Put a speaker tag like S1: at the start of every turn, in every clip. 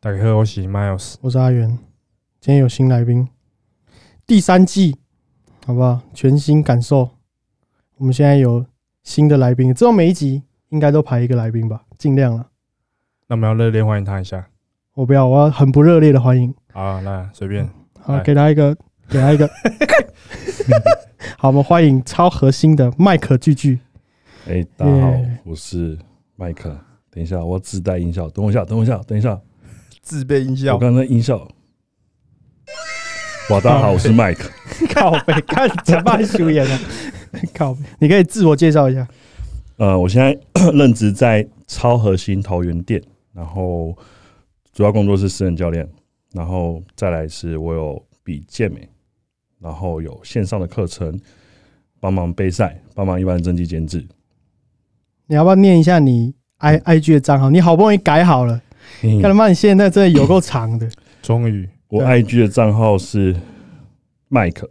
S1: 大家好，我是 Miles。
S2: 我是阿元，今天有新来宾，第三季，好不好？全新感受。我们现在有新的来宾，之后每一集应该都排一个来宾吧，尽量了。
S1: 那我们要热烈欢迎他一下
S2: 我不要，我要很不热烈的欢迎，
S1: 好啊！那随便，
S2: 好，
S1: 来
S2: 给他一个，给他一个。 好，我们欢迎超核心的麦克巨巨。
S3: 哎、大家好
S2: Yeah
S3: 我是麦克。等一下，我要自带音效。等我一下，等我一下，等一下。
S1: 自备音
S3: 我
S1: 效，
S3: 刚才音效。哇，大家好，我是麦克。
S2: 靠背，看假扮修颜了。 靠背，你可以自我介绍一下。
S3: 呃，我现在 任职在超核心桃园店，然后主要工作是私人教练，然后再来是我有比健美，然后有线上的课程，帮忙备赛，帮忙一般增肌减脂。
S2: 你要不要念一下你 i i g 的账号？你好不容易改好了，看他妈你现在真的有够长的。
S1: 终 于
S3: 我
S2: 对啊
S3: IG 的账号是麦克，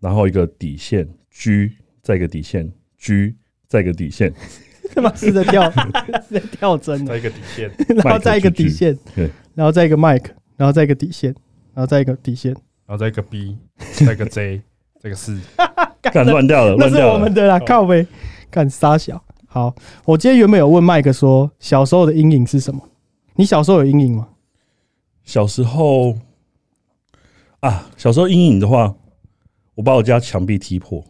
S3: 然后一个底线 G，再一个底线 G，再一个 底线，
S2: 他妈是在 跳，是在跳针的，
S1: 一个底线，
S2: 然后再一个底线
S3: 对，
S2: 然后再一个 mic，然后再一个底线，然后再一个底线，
S1: 然后再一个 B，再一个 J，再一 个四，
S3: 干乱掉了，
S2: 那
S3: 呃乱
S2: 是我
S3: 掉
S2: 们
S3: 了。
S2: 的啦，
S1: 哦
S2: 靠呗，干傻小。好，我今天原本有问麦克说，小时候的阴影是什么？你小时候有阴影吗？
S3: 小时候啊，小时候阴影的话，我把我家墙壁踢破，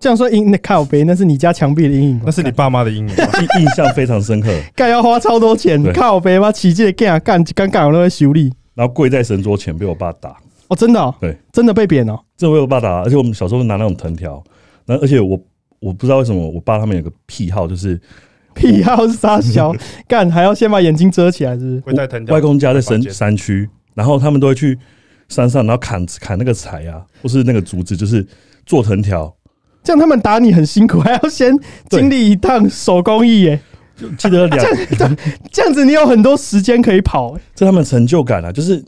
S2: 这样说阴那靠呗，那是你家墙壁的阴影吧
S1: 那？是你爸妈的阴影吧。
S3: 印 印象非常深刻。
S2: 干要花超多钱，
S3: 对
S2: 靠呗妈起这干干干干我都会修理。
S3: 然后跪在神桌前被我爸打，
S2: 哦，真的、哦，
S3: 对，
S2: 真的被扁哦。
S3: 这被我爸打，而且我们小时候拿那种藤条，然后而且我我不知道为什么我爸他们有个癖好，就是
S2: 屁好傻 小，干还要先把眼睛遮起来，是不是？
S1: 会带藤条
S3: 外公家在山
S1: 房间
S3: 山区，然后他们都会去山上，然后砍砍那个柴啊，或是那个竹子，就是做藤条。
S2: 这样他们打你很辛苦， 还要先经历一趟手工艺耶。
S3: 就记得 两，
S2: 这样子你有很多时间可以跑耶。欸
S3: 这他们成就感啊，就是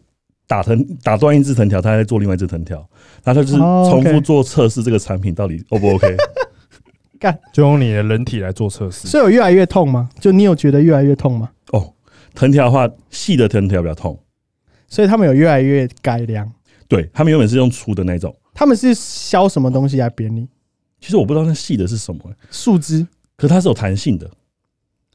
S3: 打藤打断一只藤条，他还在做另外一只藤条，然后他就是
S2: 哦
S3: 重
S2: ，OK
S3: 复做测试这个产品到底 O 不 OK。
S1: 就用你的人体来做测试。
S2: 所以有越来越痛吗？就你有觉得越来越痛吗？
S3: 哦藤条的话，细的藤条比较痛，
S2: 所以他们有越来越改良。
S3: 对他们原本是用粗的那种，
S2: 他们是削什么东西来扁你？
S3: 其实我不知道那细的是什么、
S2: 树枝，
S3: 可它是有弹性的，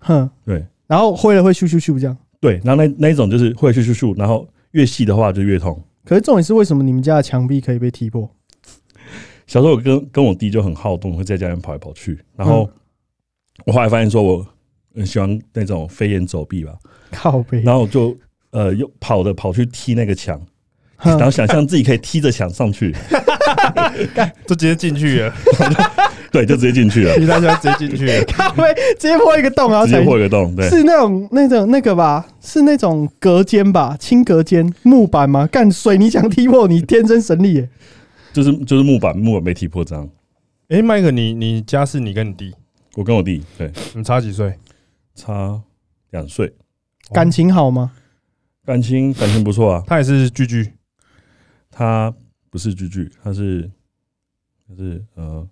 S2: 哼，
S3: 对
S2: 然后挥了会咻咻咻这样。
S3: 对，然后那那一种就是会咻咻咻，然后越细的话就越痛。
S2: 可是重点是为什么你们家的墙壁可以被踢破？
S3: 小时候我跟跟我弟就很好动，会在家里面跑来跑去。然后我后来发现说，我很喜欢那种飞檐走壁吧，
S2: 靠背，
S3: 然后我就呃又跑的跑去踢那个墙，
S2: 哼，
S3: 然后想象自己可以踢着墙上去，
S1: 就直接进去了，
S3: 对，就直接进去了，
S1: 你大家直接进去了
S2: 靠背直接破一个洞，然后
S3: 直
S2: 才
S3: 接破一个洞，对，
S2: 是那种那种那个吧，是那种隔间吧，轻隔间木板吗？干水泥墙踢破你，天生神力耶！
S3: 就是就是木板木板被踢破这样。
S1: 哎，麦克，你你家是你跟你弟，
S3: 我跟我弟对
S1: 你差几岁？哦
S3: 差两岁，哦
S2: 感情好吗？
S3: 感情感情不错啊，
S1: 他也是巨巨，
S3: 他不是巨巨，他是他是呃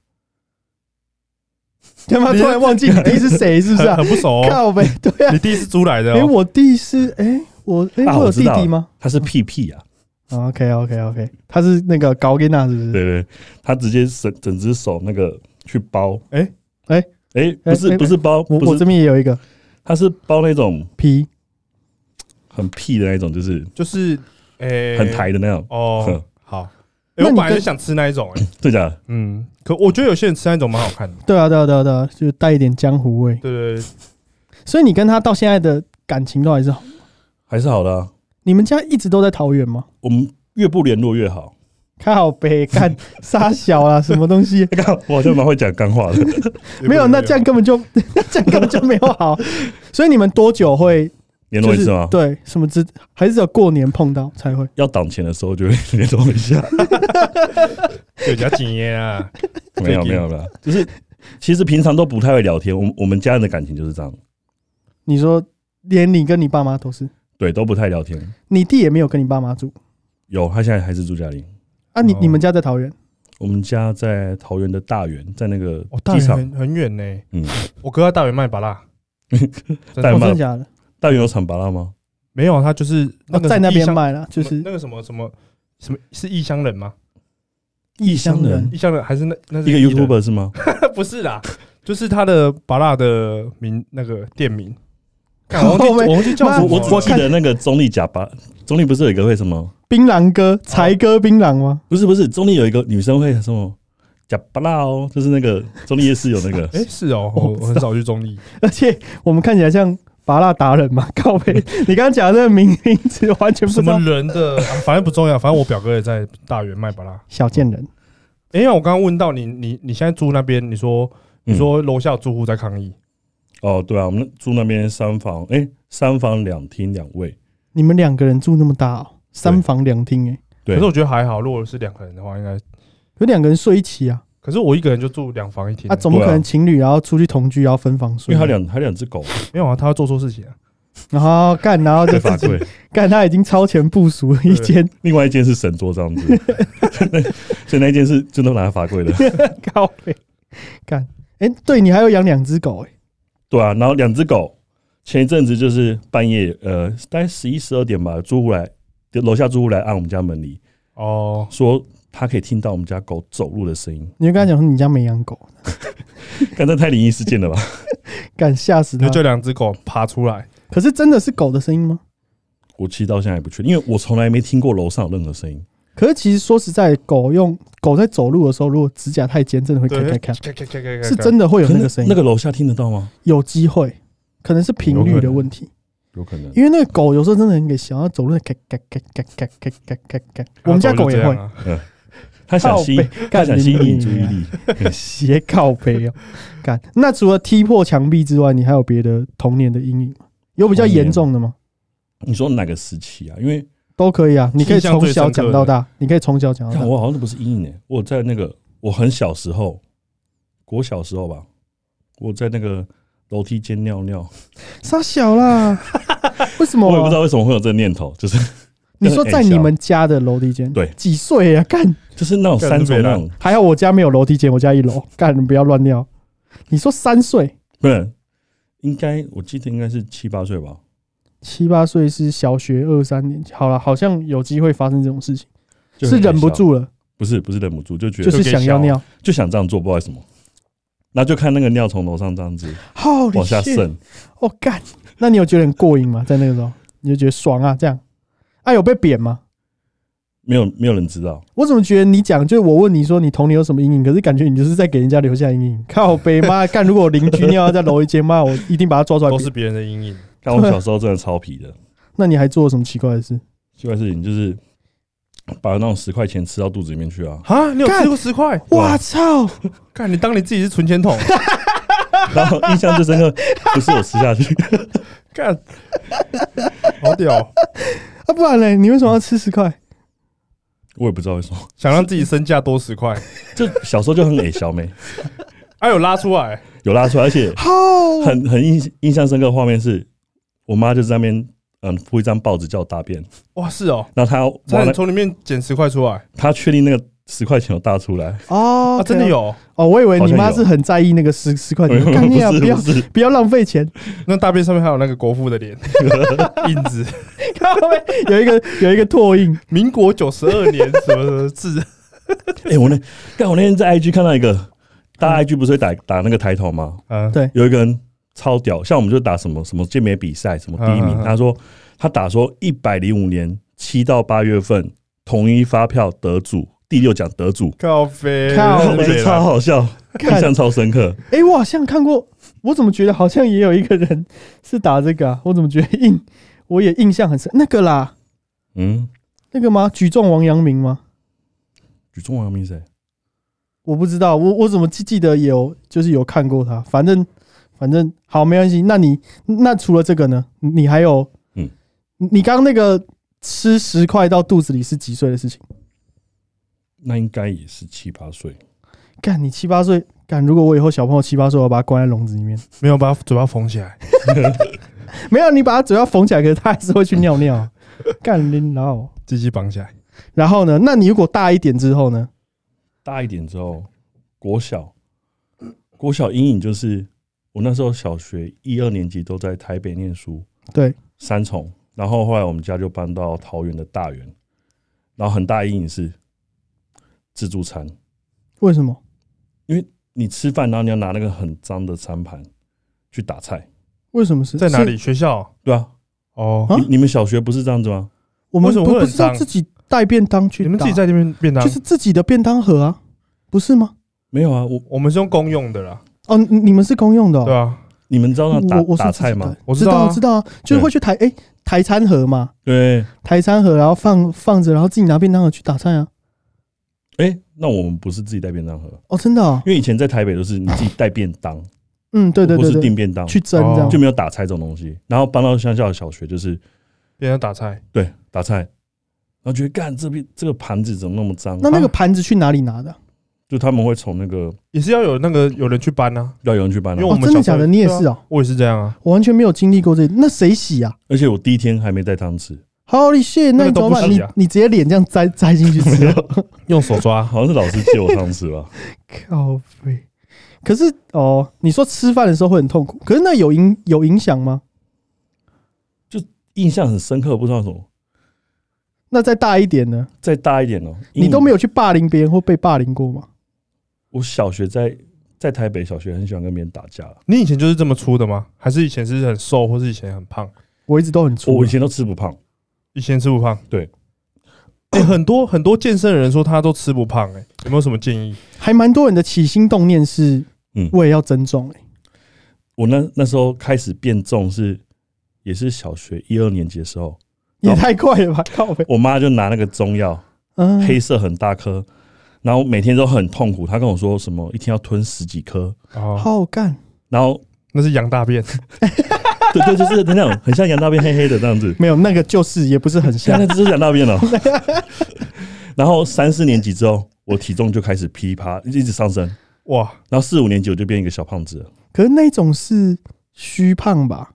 S2: 他妈突然忘记你弟是谁，是不
S1: 很
S2: 是 啊？
S1: 很不熟哦。
S2: 靠呗，对啊
S1: 你，弟是租来的
S2: 哎，
S1: 哦，
S2: 我弟是哎，我哎，
S3: 啊
S2: 我有
S3: 我知
S2: 弟
S3: 道
S2: 弟吗
S3: 他是屁屁啊，
S2: ？OK OK OK，他是那个高跟娜是不是？
S3: 对对，他直接整整只手那个去包，
S1: 诶
S2: 诶
S3: 诶不
S2: 诶
S3: 是
S2: 诶
S3: 不是包，
S2: 我
S3: 不
S2: 我
S3: 是
S2: 这，边也有一个
S3: 他是包那种
S2: 皮，
S3: 很屁的那种，就是
S1: 就是诶
S3: 很抬的那种，
S1: 哦
S3: 哼。
S1: 好，
S2: 那
S1: 诶我
S2: 你
S1: 本来
S2: 跟
S1: 就想吃那一种，诶
S3: 真假的？
S1: 嗯，可我觉得有些人吃那种蛮好看的，
S2: 对啊对啊对啊对啊，就带一点江湖味。
S1: 对对对，
S2: 所以你跟他到现在的感情都还是好？
S3: 还是好的啊、
S2: 你们家一直都在桃园吗？
S3: 我们越不联络越好。
S2: 靠北 干傻小啊，什么东西？
S3: 哎干我好像蛮会讲干话的，
S2: 没有，那这样根本就 那这样根本就没有好。所以你们多久会
S3: 联
S2: 就
S3: 络一
S2: 是
S3: 次吗？
S2: 对什么之还是只有过年碰到才会？
S3: 要挡钱的时候就会联络一下。
S1: 对人家经验啊，
S3: 没有没有没有，就是其实平常都不太会聊天。我们我们家人的感情就是这样，
S2: 你说连你跟你爸妈都是，
S3: 对，都不太聊天。
S2: 你弟也没有跟你爸妈住
S3: 有，他现在还是住家里。
S2: 啊？你
S1: 哦
S2: 你们家在桃园？
S3: 我们家在桃园的大园，在那个
S1: 我大
S3: 机
S1: 园
S3: 场，
S1: 很很远呢。
S3: 嗯
S1: 我哥在大园卖芭辣，
S3: 大
S1: 真的
S2: 哦，
S3: 园妈
S2: 真的假的？哦
S3: 大园有产拔拉吗？
S1: 没有，他就是那个
S2: 在那
S1: 异
S2: 边
S1: 乡
S2: 卖了，就
S1: 什么
S2: 是
S1: 那个什么什么什么是异乡人吗？
S2: 异乡
S3: 异乡
S2: 人
S3: 人
S1: 异乡人还是那那是
S3: 一个
S1: 艺人
S3: YouTuber 是吗？
S1: 不是啦，就是他的巴拉的名那个店名，干我忘记
S2: 靠背
S1: 我忘记叫
S2: 妈
S1: 什
S3: 我
S1: 么了，
S3: 我我记
S2: 看
S3: 得那个中立假巴，中立不是有一个会什么？
S2: 槟榔
S1: 哦
S2: 哥，才哥槟榔吗？
S3: 不是不是，中立有一个女生会什么假巴拉哦，就是那个中立夜市有那
S1: 。
S3: 个
S1: 哎是哦，
S2: 我
S1: 我
S2: 不
S1: 我很少去中立，
S2: 而且我们看起来像拔蜡达人嘛， 靠背。你刚刚讲的这个名名字完全不
S1: 什
S2: 知
S1: 么
S2: 道，
S1: 人的，啊反正不重要，反正我表哥也在大园卖巴拉。
S2: 小贱人。
S1: 哎，因为我刚刚问到你，你你现在住那边，你说
S3: 嗯
S1: 你说楼下住户在抗议，
S3: 哦，对啊，我们住那边三房，哎、三房两厅两卫，
S2: 你们两个人住那么大哦，三房两厅哎，
S3: 对
S1: 可是我觉得还好，如果是两个人的话，应该，
S2: 有两个人睡一起啊，
S1: 可是我一个人就住两房一厅
S2: 啊，，总不可能情侣然后出去同居，然后分房
S3: 因为
S2: 睡
S3: 还。有两还有两只狗
S1: 没有啊，他要做错事情啊，
S2: 然后干，然后就
S3: 在
S2: 自
S3: 法
S2: 己
S3: 柜，
S2: 干，他已经超前部署了一间
S3: 另外一间是神桌这样子， 所以那一间是真的拿来法柜的，
S2: 靠背。干，哎，对你还有养两只狗哎，
S3: 对啊，然后两只狗前一阵子就是半夜呃，大概十一十二点吧，住户来楼下住户来按我们家门铃，
S1: 哦，
S3: 说他可以听到我们家狗走路的声音，
S2: 你就跟他讲说你家没养狗，
S3: 干这太灵异事件了吧？
S2: 干吓死他
S1: 那。就两只狗爬出来，
S2: 可是真的是狗的声音吗？
S3: 我其实到现在也不确定，因为我从来没听过楼上有任何声音。
S2: 可是其实说实在，狗用狗在走路的时候，如果指甲太尖，真的会咔
S1: 对，
S2: 咔咔，
S1: 咔咔咔咔咔
S2: 是真的会有那个声音。
S3: 那个楼下听得到吗？
S2: 有机会，可能是频率的问题，
S3: 有可能。
S2: 因为那个狗有时候真的很给小，它走路咔咔咔咔咔咔咔咔咔。我们家狗也会，，
S3: 他想吸，他
S2: 干
S3: 想吸引你注意力。
S2: 斜靠背哦。干，那除了踢破墙壁之外，你还有别的童年的阴影吗？有比较严重 的吗？
S3: 你说哪个时期啊？因为
S2: 都可以啊，你可以从小讲到大，你可以从小讲到
S3: 看
S2: 大。
S3: 我好像都不是阴影诶，我在那个我很小时候，国小时候吧，我在那个楼梯间尿尿，
S2: 傻小 啦，为什么
S3: 我也不知
S2: 啊？
S3: 道为什么会有这个念头，就是
S2: 你说在你们家的楼梯间？
S3: 对
S2: 几岁呀？干，
S3: 就是那种三种那种，
S2: 还好我家没有楼梯间，我家一楼。干，你不要乱尿。你说三岁、
S3: 不是，应该我记得应该是七八岁吧，
S2: 七八岁是小学二三年级，好了，好像有机会发生这种事情，
S3: 就很
S2: 是忍不
S3: 小，
S2: 住了，
S3: 不是不是忍不住，就觉
S2: 就
S3: 得
S2: 是想要尿。
S3: 就想这样做，不知道为什么。然后就看那个尿从楼上这样子
S2: 好，
S3: 往下渗，
S2: 哦，干，那你有觉得很过瘾吗？在那个时候，你就觉得爽啊，这样。啊，有被扁吗？
S3: 没有没有人知道，
S2: 我怎么觉得你讲，就是我问你说你童年有什么阴影，可是感觉你就是在给人家留下阴影。靠北妈，干！如果我邻居尿在楼一间，妈，我一定把他抓出来
S1: 都
S2: 扁。
S1: 是别人的阴影。
S3: 但我小时候真的超皮的，
S2: 那你还做了什么奇怪的事？
S3: 奇怪的事情就是把那种十块钱吃到肚子里面去啊，
S1: 啊！你有
S2: 干
S1: 吃过十块？
S2: 哇操！
S1: 看你当你自己是存钱筒，
S3: 然后印象最深刻不是我吃下去，
S1: 干，好屌！
S2: 啊，不然嘞，你为什么要吃十块？
S3: 我也不知道为什么，
S1: 想让自己身价多十块，
S3: 就小时候就很矮小妹，
S1: 哎有拉出来，
S3: 有拉出来，而且
S2: 好，
S3: 很很印印象深刻的画面是，我妈就在那边嗯铺一张报纸叫我大便，
S1: 哇是哦，
S3: 然后她要
S1: 差
S3: 往
S1: 点
S3: 那
S1: 从里面捡十块出来
S3: 她确定那个十块钱有大出来，
S2: 哦
S1: 啊！真的有，
S2: 哦，我以为你妈
S3: 好像有
S2: 是很在意那个十十块 钱，干你啊！
S3: 不
S2: 不
S3: 是
S2: 要
S3: 不是，
S2: 不要浪费钱。
S1: 那大便上面还有那个国父的脸 印子，
S2: 靠北有一个有一个拓印，
S1: 民国九十二年什么什么字，
S3: 哎我那但我那天在 IG 看到一个，大
S1: 嗯
S3: 家 IG 不是会打打那个抬头吗？
S1: 啊
S2: 对
S3: 有一个人超屌，像我们就打什么什么健美比赛，什么第一名，
S1: 嗯嗯嗯
S3: 他说他打说一百零五年七到八月份统一发票得主第六奖得主，
S1: 靠飞，
S2: 靠 北
S3: 我觉得超好笑，印
S2: 看
S3: 象超深刻。
S2: 哎、我好像看过，我怎么觉得好像也有一个人是打这个啊？我怎么觉得印我也印象很深那个啦，
S3: 嗯，
S2: 那个吗？举重王阳明吗？
S3: 举重王啊阳明谁？
S2: 我不知道，我我怎么记记得有就是有看过他，反正反正好没关系。那你那除了这个呢？你你还有
S3: 嗯
S2: 你你刚刚那个吃十块到肚子里是几岁的事情？
S3: 那应该也是七八岁。
S2: 干你七八岁，干如果我以后小朋友七八岁，我要把他关在笼子里面。
S1: 没有把嘴巴缝起来，
S2: 没有，你把他嘴巴缝起来，可是他还是会去尿尿啊。干你老。
S1: 鸡鸡绑起来，
S2: 然后呢？那你如果大一点之后呢？
S3: 大一点之后，国小，国小阴影就是我那时候小学一二年级都在台北念书，
S2: 对，
S3: 三重，然后后来我们家就搬到桃园的大园，然后很大阴影是自助餐，
S2: 为什么？
S3: 你吃饭然后你要拿那个很脏的餐盘去打菜，
S2: 为什么是
S1: 在哪？
S2: 是
S1: 里？学校
S3: 对啊，
S1: 哦
S2: 啊，
S3: 你你们小学不是这样子吗？
S2: 我们
S1: 为什么
S2: 不
S1: 会
S2: 不
S1: 很
S2: 知道
S1: 脏
S2: 自己带便当去
S1: 你
S2: 打，
S1: 们自己在那边便当
S2: 就，是自己的便当盒啊，不是吗？
S3: 没有啊，我
S1: 我们是用公用的啦，
S2: 哦，你你们是公用的、哦，
S1: 对啊，
S3: 你们知道那打
S2: 我我是
S3: 打
S2: 自己
S3: 菜吗
S2: 的？
S1: 我
S2: 知
S1: 知道啊
S2: 我知道啊，就是会去台哎、台餐盒嘛，
S3: 对，
S2: 台餐盒，然后放放着，然后自己拿便当盒去打菜啊。
S3: 哎、那我们不是自己带便当盒，
S2: 哦，真的、哦，
S3: 因为以前在台北都是你自己带便当，
S2: 嗯，对对
S3: 或
S2: 对
S3: 是
S2: 对，
S3: 订便当，
S2: 去蒸这样
S1: 哦
S3: 就没有打菜这种东西。然后搬到乡下的小学，就是
S1: 便当打菜，
S3: 对打菜，然后觉得干这边这个盘子怎么那么脏？
S2: 那那个
S3: 啊
S2: 盘子去哪里拿的？
S3: 就他们会从那个
S1: 也是要有那个有人去搬啊，
S3: 要有人去搬、
S1: 因为
S3: 啊，
S1: 我
S2: 哦，
S1: 们
S2: 真的
S1: 小时
S2: 假
S1: 候
S2: 的？你也
S1: 对啊
S2: 是哦，
S1: 我也是这样啊，
S2: 我完全没有经历过这，那谁洗啊
S3: 而且我第一天还没带汤匙，
S2: ？Holy shit！那
S1: 那
S2: 你
S1: 个
S2: 怎
S1: 都
S2: 么办？
S1: 不
S2: 你
S1: 洗啊
S2: 你直接脸这样栽栽进去吃啊？
S1: 用手 抓，
S3: 好像是老师借我汤匙吧？
S2: 靠背。可是哦，你说吃饭的时候会很痛苦，可是那有影有影响吗？
S3: 印象很深刻，不知道为什么。
S2: 那再大一点呢？
S3: 再大一点哦、
S2: 你都
S3: 有。
S2: 没有去霸凌别人或被霸凌过吗？
S3: 我小学在在台北小学很喜欢跟别人打架，
S1: 你以前就是这么粗的吗？还是以前是很瘦，或是以前很胖？
S2: 我一直都很粗
S3: 我以
S2: 啊，
S3: 前都吃不胖，
S1: 以前吃不胖？
S3: 对
S1: 欸很多很多健身的人说他都吃不胖，哎，有没有什么建议？
S2: 还蛮多人的起心动念是，
S3: 嗯
S2: 我也要增重、欸。
S3: 我那那时候开始变重是也是小学一二年级的时候，
S2: 也太快了吧，靠背。
S3: 我妈就拿那个中药，
S2: 嗯，
S3: 黑色很大颗，然后每天都很痛苦。她跟我说什么一天要吞十几颗，
S1: 哦，
S2: 好干，
S3: 然后
S1: 那是羊大便，
S3: 对对，就是那种很像羊大便黑黑的这 样子，
S2: 没有那个就是也不是很
S3: 现
S2: 像
S3: 在就是羊大便了。 然后三四年级之后，我体重就开始噼啪一直上升，
S1: 哇，
S3: 然后四五年级我就变一个小胖子了，
S2: 可是那种是虚胖吧？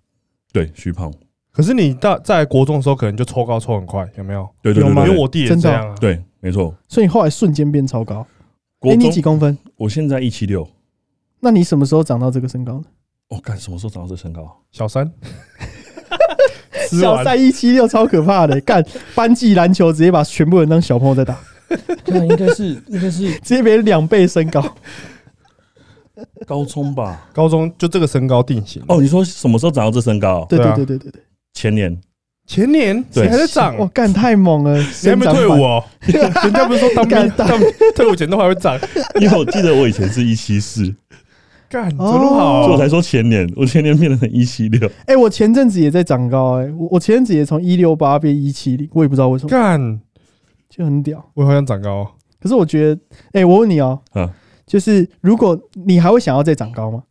S3: 对，虚胖，
S1: 可是你到在国中的时候，可能就抽高抽很快，有没有？
S3: 对对
S2: 有
S3: 对
S2: 吗
S3: 对
S1: 因
S3: 对
S1: 为我弟也
S2: 真的
S1: 这样啊。
S3: 对，没错。
S2: 所以你后来瞬间变超高。哎、
S3: 国
S2: 你几
S3: 中
S2: 公分？
S3: 我现在一七六，
S2: 那你什么时候长到这个身高的？
S3: 我干什么时候长到这 身高啊？
S1: 小三，吃
S2: 小
S1: 完
S2: 赛一七六超可 怕的，干班级篮球直接把全部人当小朋友在打，
S3: 那啊应该是应该是
S2: 直接别人两倍身高。
S3: 高中吧？
S1: 高中就这个身高定型。
S3: 哦，你说什么时候长到这身高？
S2: 对
S1: 对啊
S2: 对对对对对，
S3: 前年
S1: 前年
S3: 对
S1: 你还在长，
S2: 哇，干太猛了，
S1: 你还
S2: 生
S1: 没
S2: 哦长
S1: 退伍
S2: 板
S1: 哦？ 人家不是说 当
S2: 干
S1: 兵当退伍前都还会长，
S3: 因为我记得我以前是一七四，所
S1: 干真
S2: 哦
S1: 好
S3: 以我才说前年，我前年变成一七六，
S2: 哎、我前阵子也在长高、哎，我我前阵子也从一六八变一七零，我也不知道为什么，
S1: 干，
S2: 就很屌。
S1: 我好想长高。哦
S2: 可是我觉得，哎、我问你哦、
S3: 嗯
S2: 就是如果你还会想要再长高吗？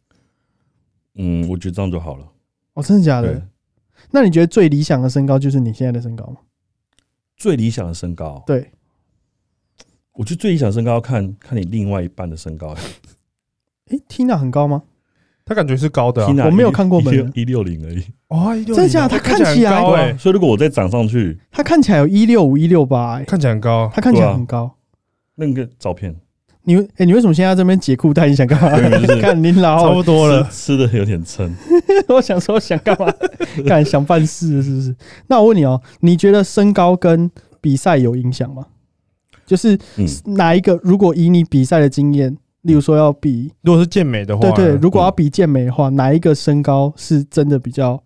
S3: 嗯，我觉得这样就好了。
S2: 哦，真的假
S3: 对
S2: 的？，那你觉得最理想的身高就是你现在的身高吗？
S3: 最理想的身高，
S2: 对，
S3: 我觉得最理想的身高要看看你另外一半的身高。
S2: 哎、t i n a 很高吗？
S1: 他感觉是高的啊，
S2: 我没有看过本人
S3: 一六零而已。
S1: 哦，160
S2: 真的假的
S1: 哦
S2: 他看起来啊
S1: 很高哎，
S3: 所以如果我再涨上去，
S2: 她看起来有一六五、一六八，哎，
S1: 看起来很高，
S2: 她看起来
S3: 对啊
S2: 很高。
S3: 那个照片
S2: 你哎、你为什么现在这边解裤带？你想干嘛
S3: 对就？是
S2: 看林
S1: 差
S2: 老
S1: 不，多了。
S3: 吃的有点撑，
S2: 我想说想干 嘛？干想办事了是不是？那我问你哦、你觉得身高跟比赛有影响吗？就是
S3: 嗯，
S2: 哪一个？如果以你比赛的经验，例如说要比，
S1: 如果是健美的话，嗯
S2: 对对，
S3: 嗯
S2: 如果要比健美的话，哪一个身高是真的比较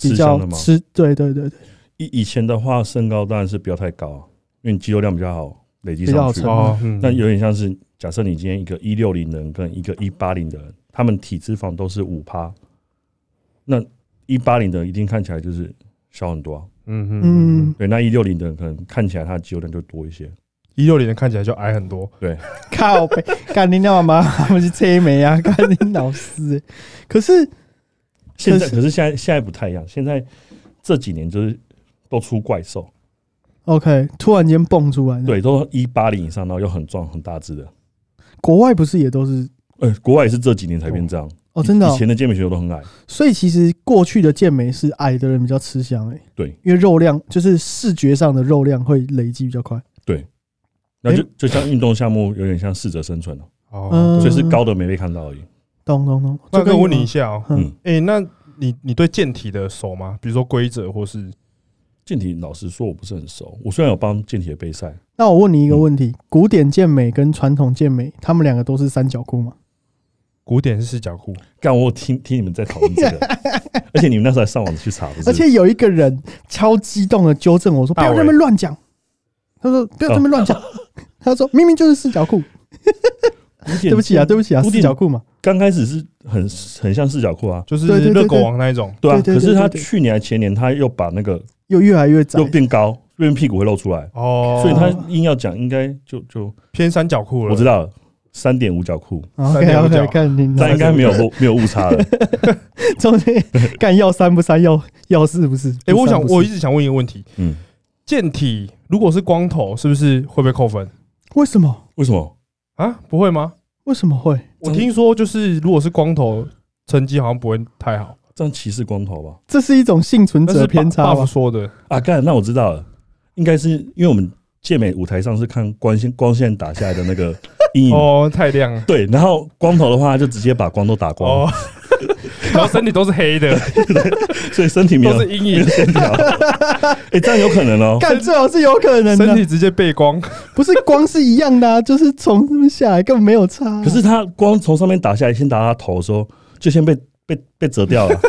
S2: 比
S3: 吃香
S2: 较
S3: 的吗？
S2: 吃？对对对对，
S3: 以以前的话，身高当然是不要太高啊，因为你肌肉量比较好，累积
S2: 比较
S3: 上
S2: 好
S3: 去
S2: 撑。
S1: 哦，嗯
S3: 那有点像是，假设你今天一个一六零人跟一个一八零的人，他们体脂肪都是五趴，那一八零的人一定看起来就是小很多、啊，
S1: 嗯
S2: 嗯
S1: 嗯，，
S3: 对，那一六零的人可能看起来他的肌肉量就多一些，
S1: 一六零的看起来就矮很多，
S2: 靠背，干你老 妈，他们去催眉啊，干你老师、欸可是
S3: 现在
S2: 可是
S3: 可是现在现在不太一样，现在这几年就是都出怪兽，
S2: OK，突然间蹦出来，，
S3: 对，都一八零以上，然后又很壮很大只的，
S2: 国外不是也都是
S3: 呃，国外也是这几年才变这样，
S2: 哦，真的哦、
S3: 以前的健美选手都很矮，
S2: 所以其实过去的健美是矮的人比较吃香诶、
S3: 对，
S2: 因为肉量就是视觉上的肉量会累积比较快。
S3: 那就就像运动项目有点像适者生存了、
S1: 哦，
S2: 嗯
S3: 所以是高的没被看到而已。
S2: 咚咚咚，
S1: 那
S2: 就跟
S1: 哥问你一下哦，
S2: 嗯
S3: 嗯，
S1: 哎，那你你对健体的熟吗？比如说规则或是
S3: 健体老实说我不是很熟，我虽然有帮健体的备赛，
S2: 那我问你一个问题：
S3: 嗯
S2: 古典健美跟传统健美，他们两个都是三角裤吗？
S1: 古典是四角裤，
S3: 但我有听听你们在讨论这 个，而且你们那时候还上网去查，不是？
S2: 而且有一个人超激动的纠正我说：“不
S1: 大
S2: 要
S1: 伟
S2: 在那边乱讲。”他说：“不要在那边乱
S3: 哦
S2: 讲。” 他说：“明明就是四角裤。”对
S3: 对
S2: 不起啊，对不起啊，
S3: 古
S2: 四
S3: 典
S2: 角裤嘛。
S3: 刚开始是很很像四角裤啊，
S1: 就是
S2: 对对对
S1: 热狗王那一种，
S3: 对啊，
S2: 对对对
S3: 可是他
S2: 对对
S3: 去年还前年他又把那个
S2: 又越来越窄
S3: 又，变高，变屁股会露出来，
S1: 哦，
S3: 所以他硬要讲，应该就就
S1: 偏三角裤了。
S3: 我知道了，三点五角裤，
S1: 三
S2: OK
S1: 点五角
S2: OK，看你
S3: 但应该没有误没有误差 了。
S2: 中间干要三不三，要要四 不四。
S1: 哎，
S2: 不
S1: 我
S2: 三
S1: 想
S2: 不四
S1: 我一直想问一个问题，
S3: 嗯，
S1: 健体如果是光头，是不是会被扣分
S2: 为什么
S3: 为什么？
S1: 啊？不会吗？
S2: 为什么会？
S1: 我听说就是如果是光头，成绩好像不会太好，
S3: 这样歧视光头吧？
S2: 这是一种幸存
S1: 那是
S2: 者偏差
S1: buff
S2: 吧？
S1: 说的，
S3: 啊，干，那我知道了，应该是因为我们健美舞台上是看光线光线打下来的那个阴 影，
S1: 哦，太亮了，
S3: 对，然后光头的话就直接把光都打光，
S1: 哦， 然后身体都是黑的，
S3: 所以身 体没有
S1: 都是阴影，
S3: 线条。 哎，这样有可能哦。
S2: 干最好是有可能
S1: 身
S2: 的，
S1: 体直接背光，
S2: 不是光是一样的，啊，就是从这边下来根本没有差啊。
S3: 可是他光从上面打下来，先打他头的时候，就先被被被折掉 了。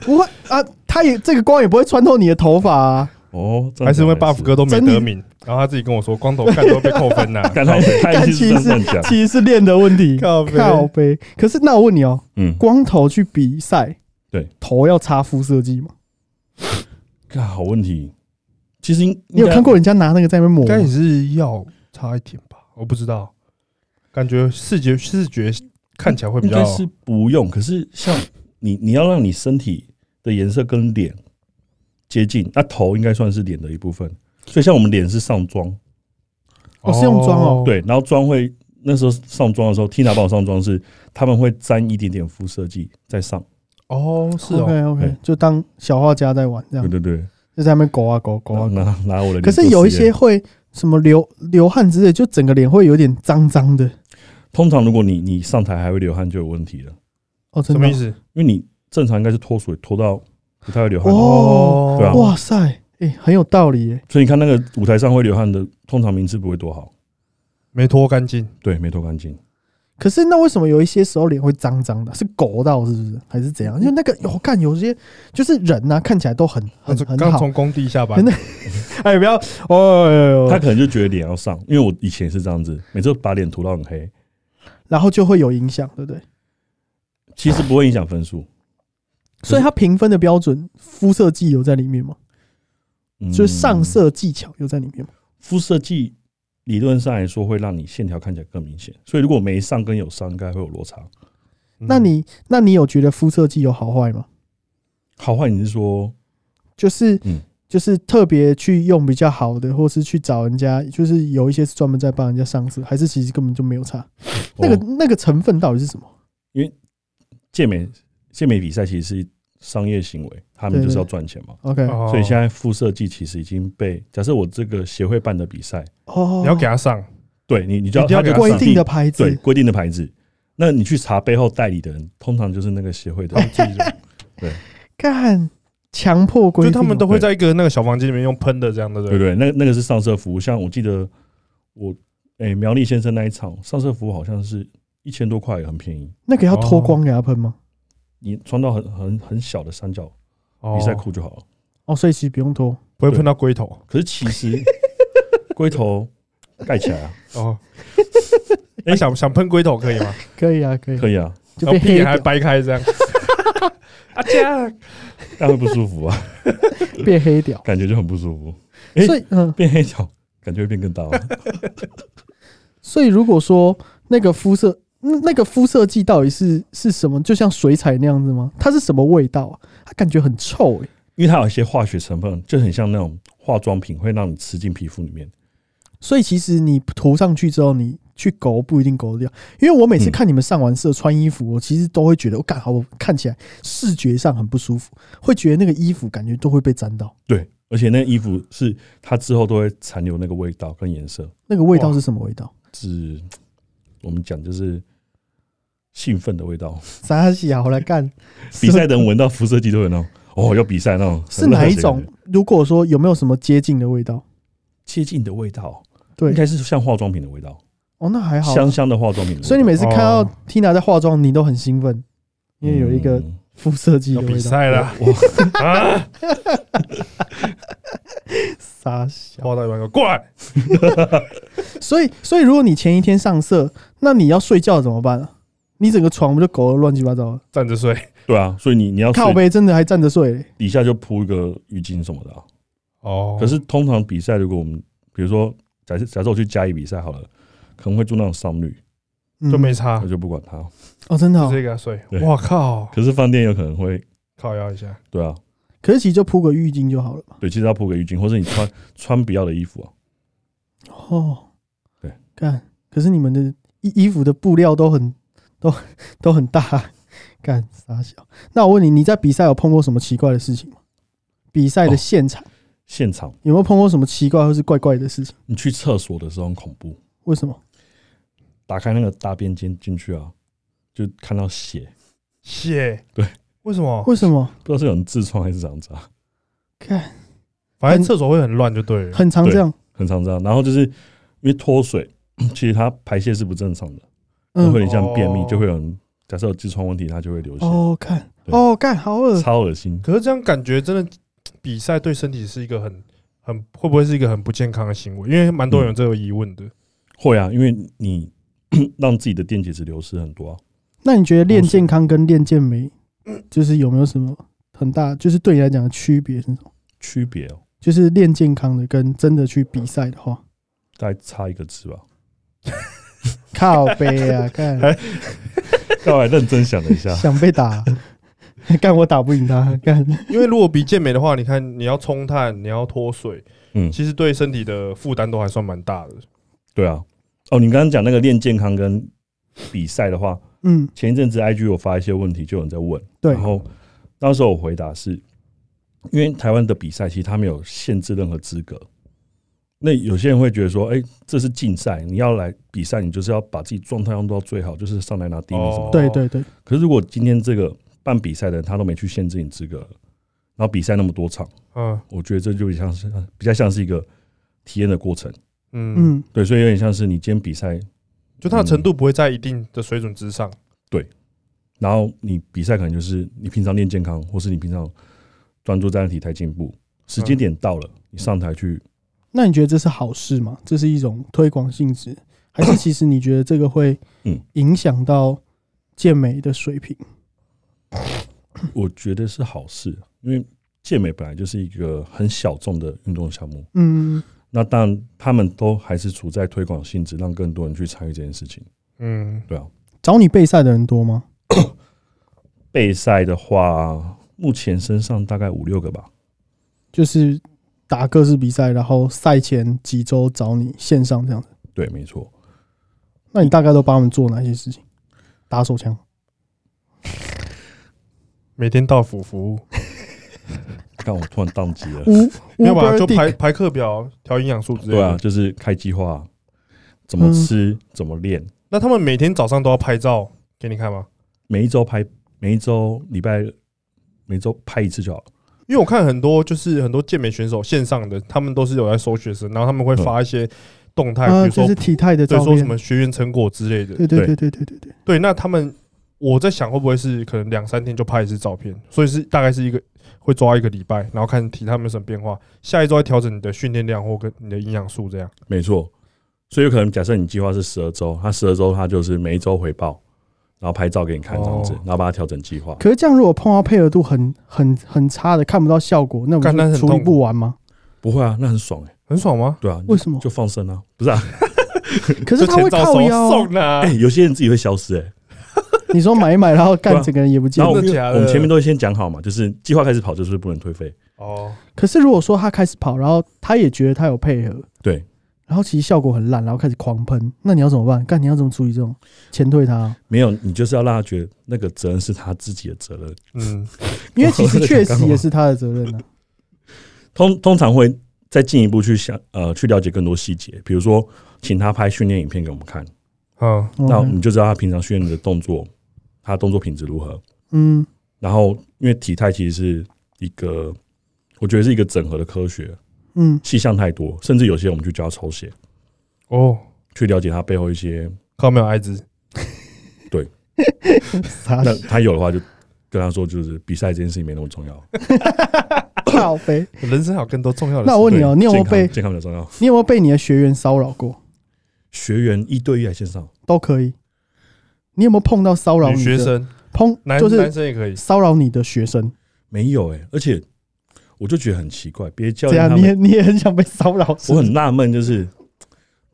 S2: 不会啊，他也这个光也不会穿透你的头 发啊。
S3: 哦，这样
S1: 还是因为
S3: 讲
S1: buff 哥都没
S2: 真的
S1: 得名，然后他自己跟我说光头干都被扣分啊 呐，
S3: 干他他
S2: 干
S3: 一定
S2: 其
S3: 是
S2: 实
S3: 这样
S2: 是
S3: 讲，
S2: 其实是练的问题，
S1: 靠背
S2: 靠背。可是那我问你哦，
S3: 嗯，
S2: 光头去比赛，
S3: 对，
S2: 头要擦肤色剂吗？
S3: 干好问题。其实应
S2: 你有看？过
S3: 应
S2: 人家拿那个在那边抹
S1: 应
S2: 吗？
S1: 该也是要差一点吧，我不知道，感觉视觉视觉看起来会
S3: 该
S1: 比
S3: 应
S1: 较
S3: 该是不用。可是像你，你要让你身体的颜色跟脸接近，那头应该算是脸的一部分。所以像我们脸是上妆，
S2: 哦是用妆哦，
S3: 对，然后妆会那时候上妆的时候，Tina 帮我上妆是他们会沾一点点肤色剂在上，
S1: 哦是哦，
S2: OK OK，
S3: 对
S2: 就当小画家在玩这
S3: 对
S2: 样，
S3: 对对，
S2: 就在那边勾啊勾勾啊勾。
S3: 拿拿我的脸做实验。
S2: 可是有一些会什么流流汗之类，就整个脸会有点脏脏的。
S3: 通常如果你你上台还会流汗就有问题了，
S2: 哦，真
S1: 什
S2: 的
S1: 么
S2: 哦
S1: 意？思？
S3: 因为你正常应该是脱水脱到不太会流汗，
S2: 哦
S3: 对啊
S2: 哇塞，哎，很有道理耶。
S3: 所以你看那个舞台上会流汗的，通常名次不会多好，
S1: 没脱干净，
S3: 对，没脱干净。
S2: 可是那为什么有一些时候脸会脏脏的？是勾到是不是？还是怎
S1: 嗯
S2: 样？就那个我看有些就是人呐、看起来都很
S1: 那
S2: 很
S1: 是
S2: 很
S1: 刚
S2: 好。
S1: 从工地下班
S2: 真，的哎，不要哦，哎
S3: 他
S2: 哎
S3: 可能就觉得脸要上，因为我以前也是这样子，每次把脸涂到很黑，
S2: 然后就会有影响，对不对？
S3: 其实不会影响分数，
S2: 所以它评分的标准，肤色剂有在里面吗？
S3: 嗯
S2: 就是上色技巧有在里面吗？
S3: 肤色剂理论上来说会让你线条看起来更明显，所以如果没上跟有上应该会有落差。
S1: 嗯
S2: 那你那你有觉得肤色剂有好坏吗？
S3: 好坏你是说
S2: 就是、
S3: 嗯
S2: 就是特别去用比较好的，或是去找人家，就是有一些是专门在帮人家上色，还是其实根本就没有差？那个、
S3: 哦
S2: 那个成分到底是什么？
S3: 健美健美比赛其实是商业行为，他们就是要赚钱嘛。
S2: OK，哦，
S1: 哦
S3: 所以现在肤色剂其实已经被假设我这个协会办的比赛，
S1: 你要给他上，
S3: 对你，你就要
S1: 一定要
S3: 他
S1: 给
S3: 就
S1: 他
S2: 哦规
S3: 上
S2: 定的牌
S3: 对
S2: 子，
S3: 规定的牌子。那你去查背后代理的人，通常就是那个协会的
S2: 哦
S1: 他。们自己的
S2: 干强迫规
S1: 就
S2: 定哦，
S1: 他们都会在一个那个小房间里面用喷的这样的，对
S3: 对
S1: 不对
S3: 对，那那个是上色服务，像我记得我诶、苗栗先生那一场上色服务好像是一千多块，很便宜。
S2: 那个要脱光给他喷吗？
S3: 你穿到很很很小的三角
S1: 哦
S3: 比赛裤就好了。
S2: 哦，所以其实不用脱。
S1: 不会碰到龟头
S3: 可是其实龟头盖起来啊，
S1: 哦。
S3: 哎
S1: 哎，想想喷龟头可以吗？
S2: 可以啊，可以，
S3: 可以啊，
S2: 就
S1: 然后
S2: 被
S1: 哦屁
S2: 黑
S1: 眼还
S2: 掉，
S1: 掰开 这样。啊这样
S3: 但会不舒服啊，
S2: 被黑掉。
S3: 感觉就很不舒服。哎
S2: 所以，嗯、
S3: 变黑角感觉会变更大、啊。
S2: 所以如果说那个肤色，那那个肤色剂到底是是什么？就像水彩那样子吗？它是什么味道啊？它感觉很臭诶、
S3: 因为它有一些化学成分，就很像那种化妆品，会让你吃进皮肤里面。
S2: 所以其实你涂上去之后，你去勾不一定勾得掉，因为我每次
S3: 嗯
S2: 看你们上完色穿衣服，我其实都会觉得我干好，我看起来视觉上很不舒服，会觉得那个衣服感觉都会被沾到。
S3: 对，而且那衣服是它之后都会残留那个味道跟颜色，
S2: 那个味道
S1: 哇
S2: 是什么味道？
S3: 是我们讲就是兴奋的味道。
S2: 傻小来干
S3: 比赛的人闻到辐射剂都有那种，哦，有比赛那种
S2: 是哪一种？如果说有没有什么接近的味道？
S3: 接近的味道？
S2: 对
S3: 应该是像化妆品的味道，
S2: 哦，那还好啊。
S3: 香香的化妆品的味道。
S2: 所以你每次看到
S1: 哦
S2: Tina 在化妆，你都很兴奋，因为有一个
S3: 嗯
S2: 肤色剂
S1: 要
S2: 的
S1: 比
S2: 味道。
S1: 赛了，啊，
S2: 傻小。
S1: 报到一半给我过来，
S2: 所以，所以如果你前一天上色，那你要睡觉怎么办啊？你整个床不就狗乱七八糟了？
S1: 站着睡。
S3: 对啊，所以你你要
S2: 靠
S3: 睡
S2: 背真的还站着睡嘞、
S3: 底下就铺一个浴巾什么的啊、
S1: 哦
S3: 可是通常比赛，如果我们比如说假设假设我去嘉义比赛好了，可能会住那种商旅，
S2: 嗯
S1: 就没差
S3: 我，就不管它。
S2: 哦，真的、
S1: 就直
S2: 哦。
S1: 接给他睡。
S3: 对
S1: 哇靠，
S3: 可是饭店有可能会，
S1: 靠腰一下。
S3: 对啊，
S2: 可是其实就铺个浴巾就好了嘛。
S3: 对，其实要铺个浴巾，或者你穿穿不要的衣服啊，
S2: 哦，
S3: 对，
S2: 干。可是你们的衣衣服的布料都很都都很大，干傻小。那我问你，你在比赛有碰过什么奇怪的事情吗？比赛的
S3: 哦
S2: 现场、
S3: 现场
S2: 有没有碰过什么奇怪或是怪怪的事情？
S3: 你去厕所的时候很恐怖，
S2: 为什么？
S3: 打开那个大便间进去啊，就看到血，
S1: 谢，
S3: 对，
S1: 为什么？
S2: 为什么？
S3: 不知道是有人痔疮还是长渣，
S2: 看，
S1: 反正厕所会很乱就对了。
S2: 很常这样。
S3: 很常这样。然后就是因为脱水， 其实它排泄是不正常的，
S2: 嗯，
S3: 会有点像便秘，
S1: 哦
S3: 就会有人假设有痔疮问题，它就会流血，
S2: 哦，看，
S3: 对
S2: 哦，看，好恶，
S3: 超恶心。
S1: 可是这样感觉真的，比赛对身体是一个很很会不会是一个很不健康的行为？因为蛮多人有这个疑问的。
S3: 会啊，因为你 让自己的电解质流失很多啊、
S2: 那你觉得练健康跟练健美，就是有没有什么很大，就是对你来讲的区别是什么？
S3: 区别哦，
S2: 就是练健康的跟真的去比赛的话，
S3: 大概差一个字吧。
S2: 靠背啊，看，
S3: 刚才认真想了一下
S2: 想被打，干我打不赢他，干
S1: 因为如果比健美的话，你看你要冲碳，你要脱水，
S3: 嗯，
S1: 其实对身体的负担都还算蛮大的。
S3: 对啊。哦，你刚刚讲那个练健康跟比赛的话，
S2: 嗯
S3: 前一阵子 IG 有发一些问题，就有人在问，
S2: 对
S3: 然后那时候我回答是，因为台湾的比赛其实他没有限制任何资格。那有些人会觉得说，哎、这是竞赛，你要来比赛，你就是要把自己状态用到最好，就是上来拿第一名什么的。
S1: 哦
S2: 对对对，
S3: 可是如果今天这个办比赛的人他都没去限制你资格，然后比赛那么多场，
S1: 嗯
S3: 我觉得这就比较像是比较像是一个体验的过程。
S1: 嗯，
S2: 嗯，
S3: 对，所以有点像是你今天比赛，
S1: 就它的程度不会在一定的水准之上。
S3: 然后你比赛可能就是你平常练健康，或是你平常专注在体态进步，时间点到了，你上台去，
S2: 那你觉得这是好事吗？这是一种推广性质，还是其实你觉得这个会
S3: 嗯
S2: 影响到健美的水平？
S3: 我觉得是好事，因为健美本来就是一个很小众的运动项目，
S2: 嗯，
S3: 那当然他们都还是处在推广性质，让更多人去参与这件事情。
S1: 嗯，
S3: 对啊，
S2: 找你备赛的人多吗？
S3: 备赛的话，目前身上大概五六个吧。
S2: 就是打各式比赛，然后赛前几周找你线上这样子。
S3: 对，没错。
S2: 那你大概都帮他们做哪些事情？打手枪，
S1: 每天到府服务，
S3: 但我突然宕机了。
S2: 乌
S1: 没有吧？
S2: Uber
S1: 就
S2: Dick
S1: 排排课表、调营养素之类
S3: 对
S1: 的。
S3: 啊，就是开计划，怎么吃，怎么练，
S1: 那他们每天早上都要拍照给你看吗？
S3: 每一周拍，每一周礼拜，每周拍一次就好了。
S1: 因为我看很多就是很多健美选手线上的，他们都是有在收学生，然后他们会发一些动态，
S2: 啊，
S1: 比如
S2: 就
S1: 说
S2: 是体态的
S1: 对
S2: 照
S1: 说什
S2: 片
S1: 么。学员成果之类的。
S2: 对对对对对对对，
S1: 对，那他们我在想会不会是可能两三天就拍一次照片，所以是大概是一个会抓一个礼拜，然后看体态有没有什么变化，下一周再调整你的训练量或跟你的营养素这样。
S3: 没错。所以有可能假设你计划是十二周，他十二周他就是每一周回报，然后拍照给你看这样子，
S1: 哦
S3: 然后把它调整计划。
S2: 可是这样如果碰到配合度很很很差的，看不到效果，那不
S1: 干那
S2: 是
S1: 很
S2: 处
S1: 痛
S2: 理
S1: 苦
S2: 不完吗？
S3: 不会啊，那很爽哎、
S1: 很爽吗？
S3: 对啊，
S2: 为什么？
S3: 就放生啊，不是啊？
S2: 可是
S1: 就
S2: 他
S1: 前
S2: 会
S1: 照
S2: 靠
S1: 手
S2: 腰啊，
S1: 送啦
S3: 哎、，有些人自己会消失哎、
S2: 你说买一买，然后
S3: 对
S2: 干
S3: 啊
S2: 整个人也不见
S3: 然
S2: 了
S3: 后我。
S1: 真的
S3: 们
S1: 假的
S3: 我们前面都会先讲好嘛，就是计划开始跑就是不能退费，
S1: 哦，
S2: 可是如果说他开始跑，然后他也觉得他有配合，
S3: 对，
S2: 然后其实效果很烂，然后开始狂喷，那你要怎么办？干你要怎么处理这种？前退他啊、
S3: 没有，你就是要让他觉得那个责任是他自己的责任。
S1: 嗯，
S2: 因为其实确实也是他的责任啊。
S3: 通通常会再进一步去想，呃，去了解更多细节，比如说请他拍训练影片给我们看，
S1: 嗯，
S3: 那我
S2: OK，
S3: 们就知道他平常训练的动作，他动作品质如何。
S2: 嗯
S3: 然后，因为体态其实是一个，我觉得是一个整合的科学，
S2: 嗯，
S3: 细项太多，甚至有些我们去教抽血，
S1: 哦，
S3: 去了解它背后一些。
S1: 看到没有，艾滋，
S2: 傻
S3: 那他有的话，就跟他说，就是比赛这件事情没那么重要，
S2: 靠背。
S1: 人生还有更多重要的事。
S2: 那我问你哦、
S3: 对
S2: 你有没有
S3: 健康
S2: 被
S3: 健康比较重要。
S2: 你有没有被你的学员骚扰过？
S3: 学员一对一还线上，
S2: 都可以。你有没有碰到骚扰
S1: 女
S2: 你
S1: 学
S2: 的？
S1: 生、
S2: 碰
S1: 男
S2: 就是
S1: 男生也可以，
S2: 骚扰你的学生，
S3: 没有哎、而且我就觉得很奇怪，别的教
S2: 这
S3: 练
S2: 样
S3: 他
S2: 你也
S3: 们，
S2: 你也很想被骚扰？是不是
S3: 我很纳闷，就是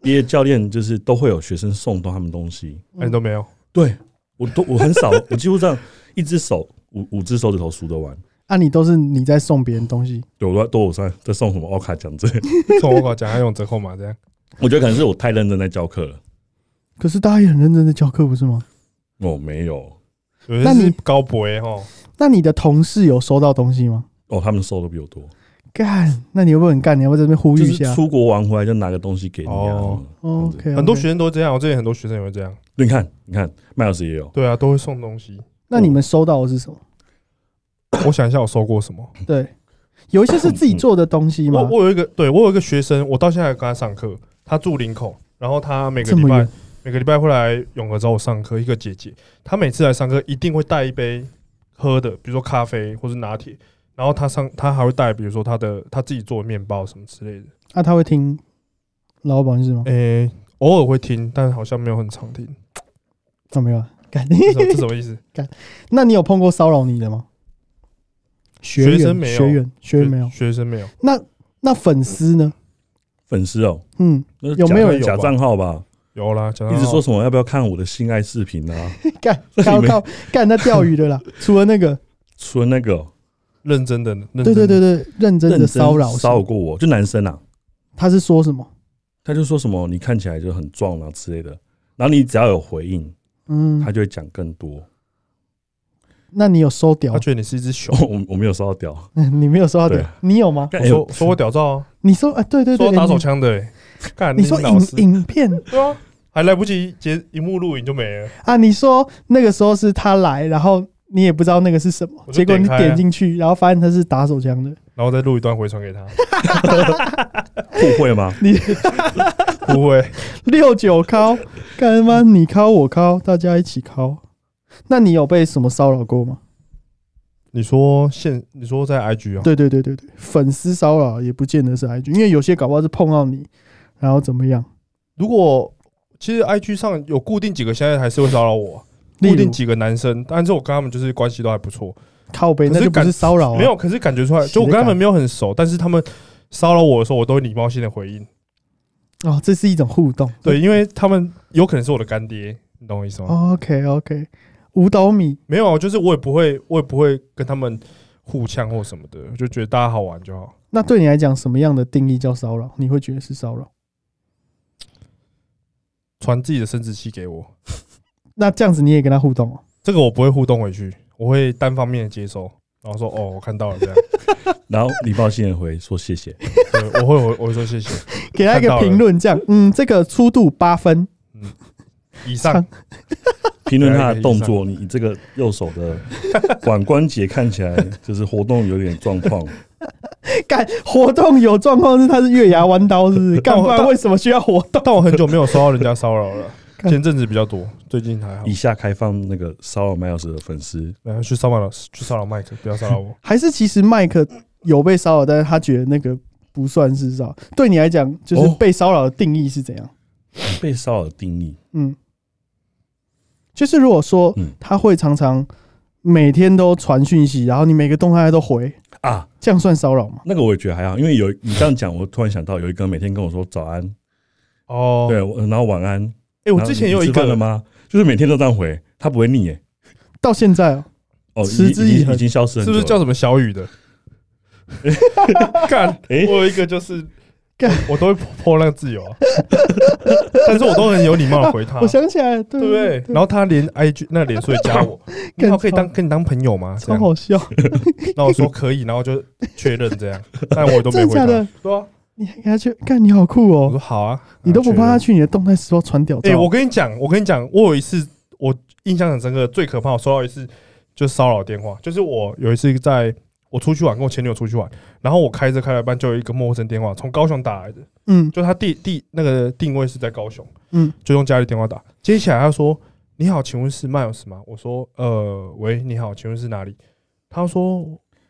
S3: 别的教练就是都会有学生送到他们东西，
S2: 嗯
S1: 哎，你都没有。
S3: 对我都我很少，我几乎这样一只手五五只手指头数得完。
S2: 啊，你都是你在送别人东西，
S3: 对，我都都我在在送什么奥卡奖之类的，
S1: 从我讲，还用折扣码这样。
S3: 我觉得可能是我太认真在教课了。
S2: 可是大家也很认真的教课，不是吗？
S3: 哦，没有，
S1: 有
S2: 那
S1: 些
S2: 你
S1: 是高博哎吼，
S2: 那你的同事有收到东西吗？
S3: 哦，他们收的比我多，
S2: 干，那你有不有很干？你要不要在这边呼吁
S3: 就
S2: 一
S3: 是
S2: 下
S3: 出国玩回来就拿个东西给你啊。
S1: 哦
S3: 这样子
S2: ？OK，
S1: 很多学生都这样，我这里很多学生也会这样。
S3: 你看，你看，麦老师也有，
S1: 对啊，都会送东西。
S2: 那你们收到的是什么？
S1: 我想一下，我收过什么？
S2: 对，有一些是自己做的东西
S1: 我
S2: 吗？
S1: 我有一个，对我有一个学生，我到现在还跟他上课，他住林口，然后他每个
S2: 这
S1: 礼
S2: 么
S1: 拜
S2: 远，
S1: 每个礼拜会来永和找我上课，一个姐姐，她每次来上课一定会带一杯喝的，比如说咖啡或是拿铁，然后她上她还会带，比如说她的她自己做的面包什么之类的，
S2: 那啊他会听老板是吗？
S1: 诶、偶尔会听，但好像没有很常听，
S2: 那没 有啊，干。
S1: 这什么这什么意思？
S2: 那你有碰过骚扰你的吗？学员
S1: 学生没有
S2: 学员学员没有。
S1: 学生没有，
S2: 那粉丝呢？
S3: 粉丝哦，
S2: 嗯，
S3: 那是
S2: 有没有哦
S3: 假假
S1: 有吧
S3: 账号吧？
S1: 有啦，讲到
S3: 一直说什么要不要看我的性爱视频啊？
S2: 干
S3: 那
S2: 靠
S3: 你们
S2: 靠干那钓鱼的 啦。除了那个，
S3: 除了那个哦
S1: 认真的，认真的
S2: 对对对对，认 真
S3: 认
S2: 的
S3: 真
S2: 骚扰
S3: 骚扰
S2: 是
S3: 过我，就男生啊，
S2: 他是说什么？
S3: 他就说什么你看起来就很壮啊之类的，然后你只要有回应，
S2: 嗯
S3: 他，就会讲更多。
S2: 那你有收屌
S1: 他？觉得你是一只熊。
S3: 我我没有骚扰屌，
S2: 嗯 你没有收到屌
S3: 对，
S2: 你有吗？
S1: 我
S3: 哎
S1: 说
S3: 呦
S1: 说我屌照啊，
S2: 你说啊，对对对，
S1: 说我
S2: 你
S1: 打手枪的、欸，干
S2: 你说
S1: 老
S2: 影
S1: 师
S2: 影片
S1: 对啊，还来不及截荧幕录影就没了。
S2: 啊，你说那个时候是他来，然后你也不知道那个是什么，
S1: 我就
S2: 结果你
S1: 点开啊
S2: 点进去，然后发现他是打手枪的，
S1: 然后再录一段回传给他，
S3: 互 惠吗？
S1: 不会，
S2: 六九敲，干嘛你敲我敲，大家一起敲。那你有被什么骚扰过吗？
S1: 你说现，你说在 IG 啊、
S2: 对对对对对，粉丝骚扰也不见得是 IG，因为有些搞不好是碰到你，然后怎么样？
S1: 如果其实 IG 上有固定几个，现在还是会骚扰我，
S2: 例
S1: 固
S2: 如
S1: 定几个男生，但是我跟他们就是关系都还不错，
S2: 靠背，
S1: 可
S2: 那
S1: 是
S2: 就不
S1: 感
S2: 是骚扰、啊，
S1: 没有，可是感觉出来，就我跟他们没有很熟，但是他们骚扰我的时候，我都会礼貌性的回应，
S2: 哦，这是一种互动。
S1: 对，因为他们有可能是我的干爹，你懂我意思吗？
S2: ，OK OK，五斗米
S1: 没有啊，就是我也不会，我也不会跟他们互呛或什么的，就觉得大家好玩就好。
S2: 那对你来讲，什么样的定义叫骚扰？你会觉得是骚扰？
S1: 传自己的生殖器给我，
S2: 那这样子你也跟他互动哦？
S1: 这个我不会互动回去，我会单方面的接收，然后说哦，我看到了这样，
S3: 然后礼貌性的回说谢谢，
S1: 对，我会我我会说谢谢，
S2: 给他一
S1: 看到
S2: 个
S1: 了
S2: 评论，这样，嗯，这个粗度八分，
S1: 以上
S3: 评论他的动作，你你这个右手的腕关节看起来就是活动有点状 况，
S2: 干活动有状况是他是月牙弯刀，是不 是？干
S1: 但我
S2: 不然为什么需要活动？
S1: 但我很久没有收到人家骚扰了，
S2: 看。
S1: 前阵子比较多，最近还好
S3: 以。下开放那个骚扰麦老师的粉丝，
S1: 然后去骚扰老师，去骚扰麦克，不要骚扰我
S2: 还是其实麦克有被骚扰，但是他觉得那个不算是骚扰。对你来讲，就是
S3: 哦
S2: 被骚扰的定义是怎样？
S3: 被骚扰的定义，
S2: 嗯，就是如果说
S3: 嗯
S2: 他会常常每天都传讯息，然后你每个动态都回，
S3: 啊，
S2: 这样算骚扰吗？
S3: 那个我也觉得还好，因为有你这样讲，我突然想到有一个每天跟我说早安，
S1: 哦，
S3: 对，我然后晚安，
S1: 哎，我
S3: 然后
S1: 之前
S3: 你
S1: 有一
S3: 吃饭了
S1: 个，
S3: 吗？就是每天都这样回，他不会腻耶。
S2: 到现在哦、
S3: 哦，
S2: 持
S3: 已
S2: 之
S3: 已
S2: 以恒
S3: 经已经消失很
S1: 是
S3: 久
S1: 不
S3: 了，
S1: 是叫什么小雨的？ 干，
S3: 哎
S1: 我有一个就是
S2: 干，
S1: 我都会泼那个自由啊，但是我都很有礼貌的回他
S2: 我。想起来了，对
S1: 啊对不对？然后他连 IG 那脸书也加我，你好，可以当跟你当朋友吗？这
S2: 超
S1: 样
S2: 好笑，
S1: 那我说可以，然后就确认这样，但我都没
S2: 真
S1: 回答
S2: 的假。的？
S1: 对啊，
S2: 你还给他去干？你好酷
S1: 我
S2: 哦、
S1: 说好啊，
S2: 你都不怕他
S1: 然后确认？
S2: 去你的动态时候传屌照？
S1: 哎、我跟你讲，我跟你讲，我有一次我印象很深刻，最可怕，我收到一次就骚扰电话，就是我有一次在我出去玩，跟我前女友出去玩，然后我开车开了一半，就有一个陌生电话从高雄打来的，
S2: 嗯
S1: 就他地地那个定位是在高雄，
S2: 嗯，
S1: 就用家里电话打。接起来他说：“你好，请问是 Miles 吗？”我说：“呃，喂，你好，请问是哪里？”他说：“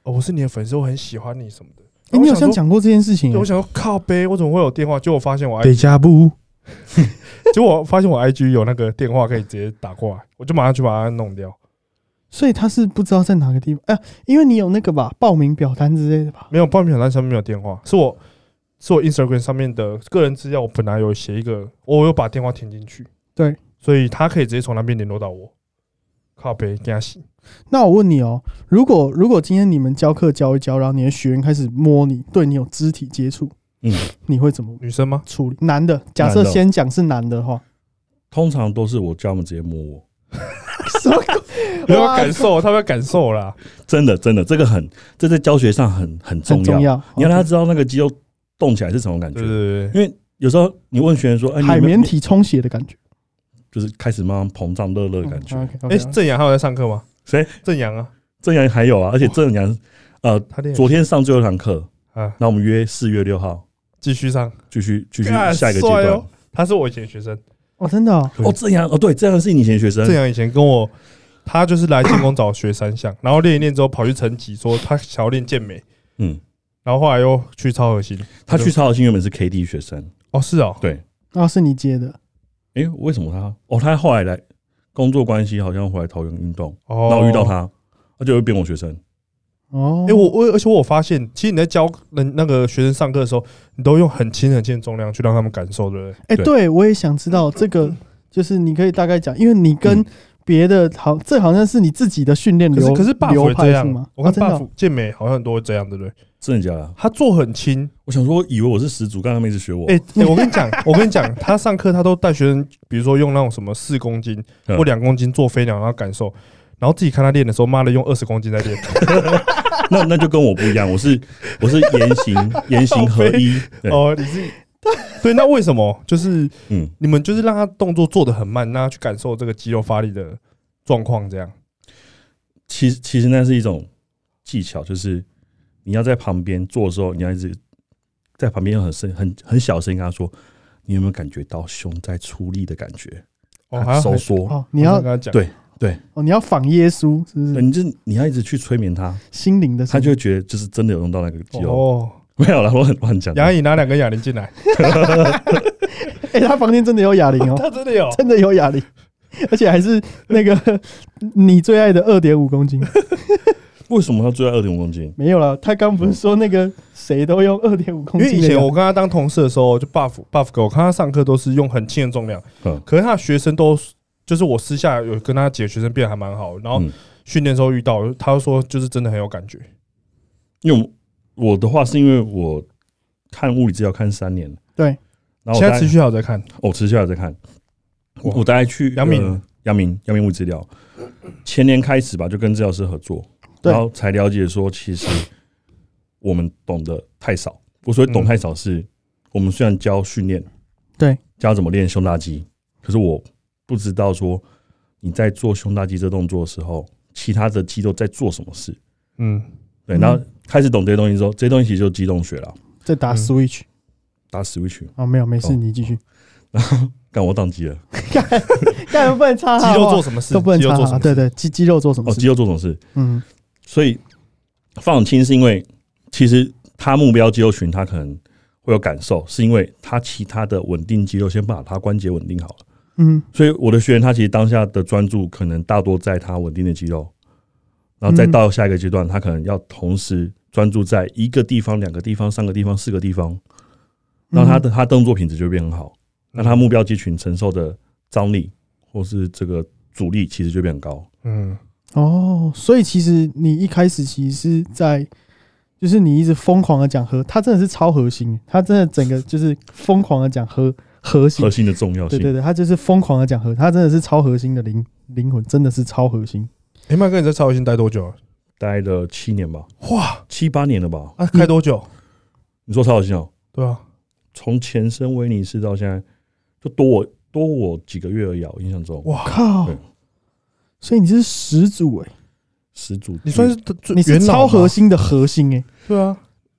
S1: 哦、我是你的粉丝，我很喜欢你什么的。”
S2: 哎，你好
S1: 然后我想
S2: 像
S1: 说
S2: 讲过这件事情啊
S1: 对，我想说靠背，我怎么会有电话？结果发现我 I，
S2: 得嗯加布，
S1: 结果我发现我 IG 有那个电话可以直接打过来，我就马上去把它弄掉。
S2: 所以他是不知道在哪个地方，哎、因为你有那个吧，报名表单之类的吧，
S1: 没有报名表单上面没有电话，是我是我 Instagram 上面的个人资料，我本来有写一个，我有把电话填进去，
S2: 对，
S1: 所以他可以直接从那边联络到我。靠背给他洗，
S2: 那我问你哦，如果如果今天你们教课教一教，然后你的学员开始摸你，对你有肢体接触，
S3: 嗯，
S2: 你会怎么
S1: 女生吗？
S2: 处理？男的，假设
S3: 男的哦
S2: 先讲是男的话，
S3: 通常都是我叫他们直接摸我，
S2: 什么
S1: 有没有
S2: 哇
S1: 感受，他有没有感受啦。
S3: 真的真的，这个很这在教学上很很重
S2: 很重
S3: 要。
S2: 要？
S3: 你要让他知道那个肌肉动起来是什么感
S1: 对
S3: 觉，
S1: 对对，
S3: 因为有时候你问学员说：“哎，你
S2: 海
S3: 有没有
S2: 绵体充血的感觉，
S3: 就是开始慢慢膨胀热
S2: 哦
S3: 热的感觉。
S2: OK，OK，OK
S1: 哎，正阳还有在上课吗？
S3: 谁？
S1: 正阳啊，
S3: 正阳还有啊，而且正
S2: 哦
S3: 阳呃，
S1: 他练
S3: 昨天上最后一堂课，
S1: 啊，
S3: 那我们约四月六号
S1: 继续上。
S3: 继续继续
S1: 干
S3: 下一个阶
S1: 帅
S3: 段。
S1: 哦他是我以前的学生，
S2: 哦，真的哦，
S1: 对
S3: 哦，正阳哦，对，正阳是你以前的学生
S1: 正，阳以前跟我，他就是来进攻找我学三项，然后练一练之后跑去成绩，说他想要练健美，
S3: 嗯，
S1: 然后后来又去超核心。
S3: 他去超好心原本是 KD 学生，
S1: 哦，是哦，
S3: 对，
S2: 哦，是你接的，
S3: 哎、为什么他？哦，他后来来工作关系，好像回来桃园运动，
S1: 哦，
S3: 然后我遇到。他，他就会变我学生，
S2: 哦，
S1: 哎、我我而且我有发现，其实你在教人那个学生上课的时候，你都用很轻很轻的重量去让他们感受，对不对？
S2: 哎、
S3: 对
S2: 对我也想知道这个，就是你可以大概讲，因为你跟
S3: 嗯
S2: 别的好，这好像是你自己的训练
S1: 可
S2: 嗯流
S1: 是可是 buff
S2: 流
S1: 会这
S2: 派是吗
S1: 样？，我看
S2: 哦真的
S1: buff
S2: 哦
S1: 健美好像很多会这样，对不对？
S3: 真的假的？
S1: 他做很轻，
S3: 我想说，以为我是十足，刚刚他们一直学我，
S1: 哎、哎我跟你讲， 我跟你讲，他上课他都带学生，比如说用那种什么四公斤
S3: 嗯
S1: 或两公斤做飞鸟，然后感受，然后自己看他练的时候，妈的用二十公斤在练，
S3: 那那就跟我不一样，我是我是言行言行合一，对，
S1: 哦，你是 对，那为什么就是
S3: 嗯，
S1: 你们就是让他动作做得很慢，让他去感受这个肌肉发力的状况，这样？
S3: 其实其实那是一种技巧，就是你要在旁边做的时候，你要一直在旁边用很声很很小声跟他说，你有没有感觉到胸在出力的感觉？
S1: 哦，还要
S3: 收
S1: 很
S3: 缩，
S2: 哦，你要
S1: 跟他讲，
S3: 对
S2: 哦，你要仿耶稣，是不
S3: 对，
S2: 是？
S3: 你就你要一直去催眠他，
S2: 心灵的声
S3: 他
S2: 音，
S3: 就会觉得就是真的有用到那个肌肉。
S1: 哦。
S3: 没有啦，我很乱讲。
S1: 杨颖拿两根哑铃进来，
S2: 哎、他房间真的有哑铃哦，
S1: 他真的有
S2: 真的有哑铃，而且还是那个你最爱的二点五公斤，
S3: 为什么他最爱二点五公斤？
S2: 没有了。他刚不是说那个谁都用二点五公
S1: 因为
S2: 斤
S1: 以
S2: 的哑
S1: 前我
S2: 铃？
S1: 跟他当同事的时候，就 buff buff 给我看他上课都是用很轻的重量，
S3: 嗯
S1: 可是他的学生都就是我私下有跟他几个学生变得还蛮好，然后
S3: 嗯
S1: 训练的时候遇到，他就说就是真的很有感觉，
S3: 因为我我的话是因为我看物理治疗看三年了，
S2: 对，
S3: 然后我
S1: 现在
S3: 大概
S1: 持续还有在看，
S3: 我持续还有在看。
S1: 哇
S3: 我大概去
S1: 阳明
S3: 呃阳明阳明物理治疗前年开始吧，就跟治疗师合作，
S2: 对
S3: 然后才了解说，其实我们懂得太少。我所谓懂
S1: 嗯
S3: 太少是，我们虽然教训练，
S2: 对，
S3: 教怎么练胸大肌，可是我不知道说你在做胸大肌这动作的时候，其他的肌肉在做什么事。
S1: 嗯，
S3: 对，
S2: 嗯
S3: 然后开始懂这些东西之后，这些东西其实就是机动学了，
S2: 在打
S1: 嗯
S2: Switch
S3: 打 Switch，
S2: 哦，没有，没事，
S3: 哦
S2: 你继续。
S3: 干我宕机了。
S2: 干嘛不能插
S1: 肌
S2: 好不
S1: 肉
S2: 啊好
S1: 做什么事，
S2: 都不能
S1: 肌肉
S2: 插
S1: 做什
S2: 哈，
S1: 么事，
S2: 对对，肌肌肉做什么
S3: 哦，
S2: 事？
S3: 肌肉做什么事？
S2: 嗯，
S3: 所以放轻是因为其实他目标肌肉群他可能会有感受，是因为他其他的稳定肌肉先把他关节稳定好了。
S2: 嗯，
S3: 所以我的学员他其实当下的专注可能大多在他稳定的肌肉，
S2: 嗯
S3: 然后再到下一个阶段，他可能要同时专注在一个地方、两个地方、三个地方、四个地方，那
S2: 嗯
S3: 他的他动作品质就会变很好，
S1: 嗯
S3: 那他目标肌群承受的张力或是这个阻力其实就变很高。
S1: 嗯，
S2: 哦，所以其实你一开始其实是在，就是你一直疯狂的讲核，他真的是超核心，他真的整个就是疯狂的讲核核心
S3: 核，心的重要
S2: 对
S3: 性，
S2: 对对，他就是疯狂的讲核，他真的是超核心的灵灵魂，真的是超核心。
S1: 哎，麦哥你在超新待多久啊？
S3: 待了七年吧，
S1: 哇，
S3: 七八年了吧？
S1: 啊，开多久？
S3: 你说超好笑，
S1: 对啊，
S3: 哦从前身威尼斯到现在，就多我多我几个月而已、啊。我印象中，
S1: 哇，
S2: 靠
S3: 对！
S2: 所以你是始祖哎、
S3: 始祖，
S1: 你算是最
S2: 你是
S1: 元老
S2: 超
S1: 吗
S2: 核心的核心哎、
S1: 对啊，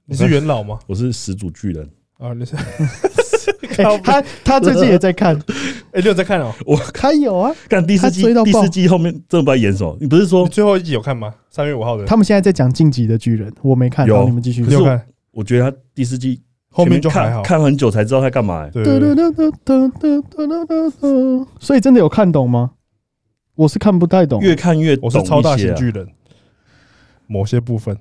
S1: 你是元老吗？
S3: 我是始祖巨人，
S1: 啊，你是
S2: 欸
S1: 靠
S2: 他他最近也在看，
S1: 哎，你有在看哦？
S2: 他有啊，
S3: 看第四
S2: 他
S3: 季
S2: 追到，
S3: 第
S2: 爆
S3: 四季后面真的不知道演什么。你不是
S1: 你
S3: 说，
S1: 最后一集有看吗？哦三月五号的，
S2: 他们现在在讲晋级的巨人，我没看，
S3: 有
S2: 好你们继续
S1: 你。有看？
S3: 我觉得他第四季
S1: 后面就
S3: 前
S1: 还好
S3: 看。看很久才知道他干嘛、欸。
S1: 对
S2: 哒
S1: 对
S2: 哒
S1: 对，
S2: 哒哒哒哒哒哒哒所以真的有看懂吗？我是看不太懂
S3: 越看越懂
S1: 我是超大
S3: 一些
S1: 型
S3: 啊
S1: 巨人，某些部分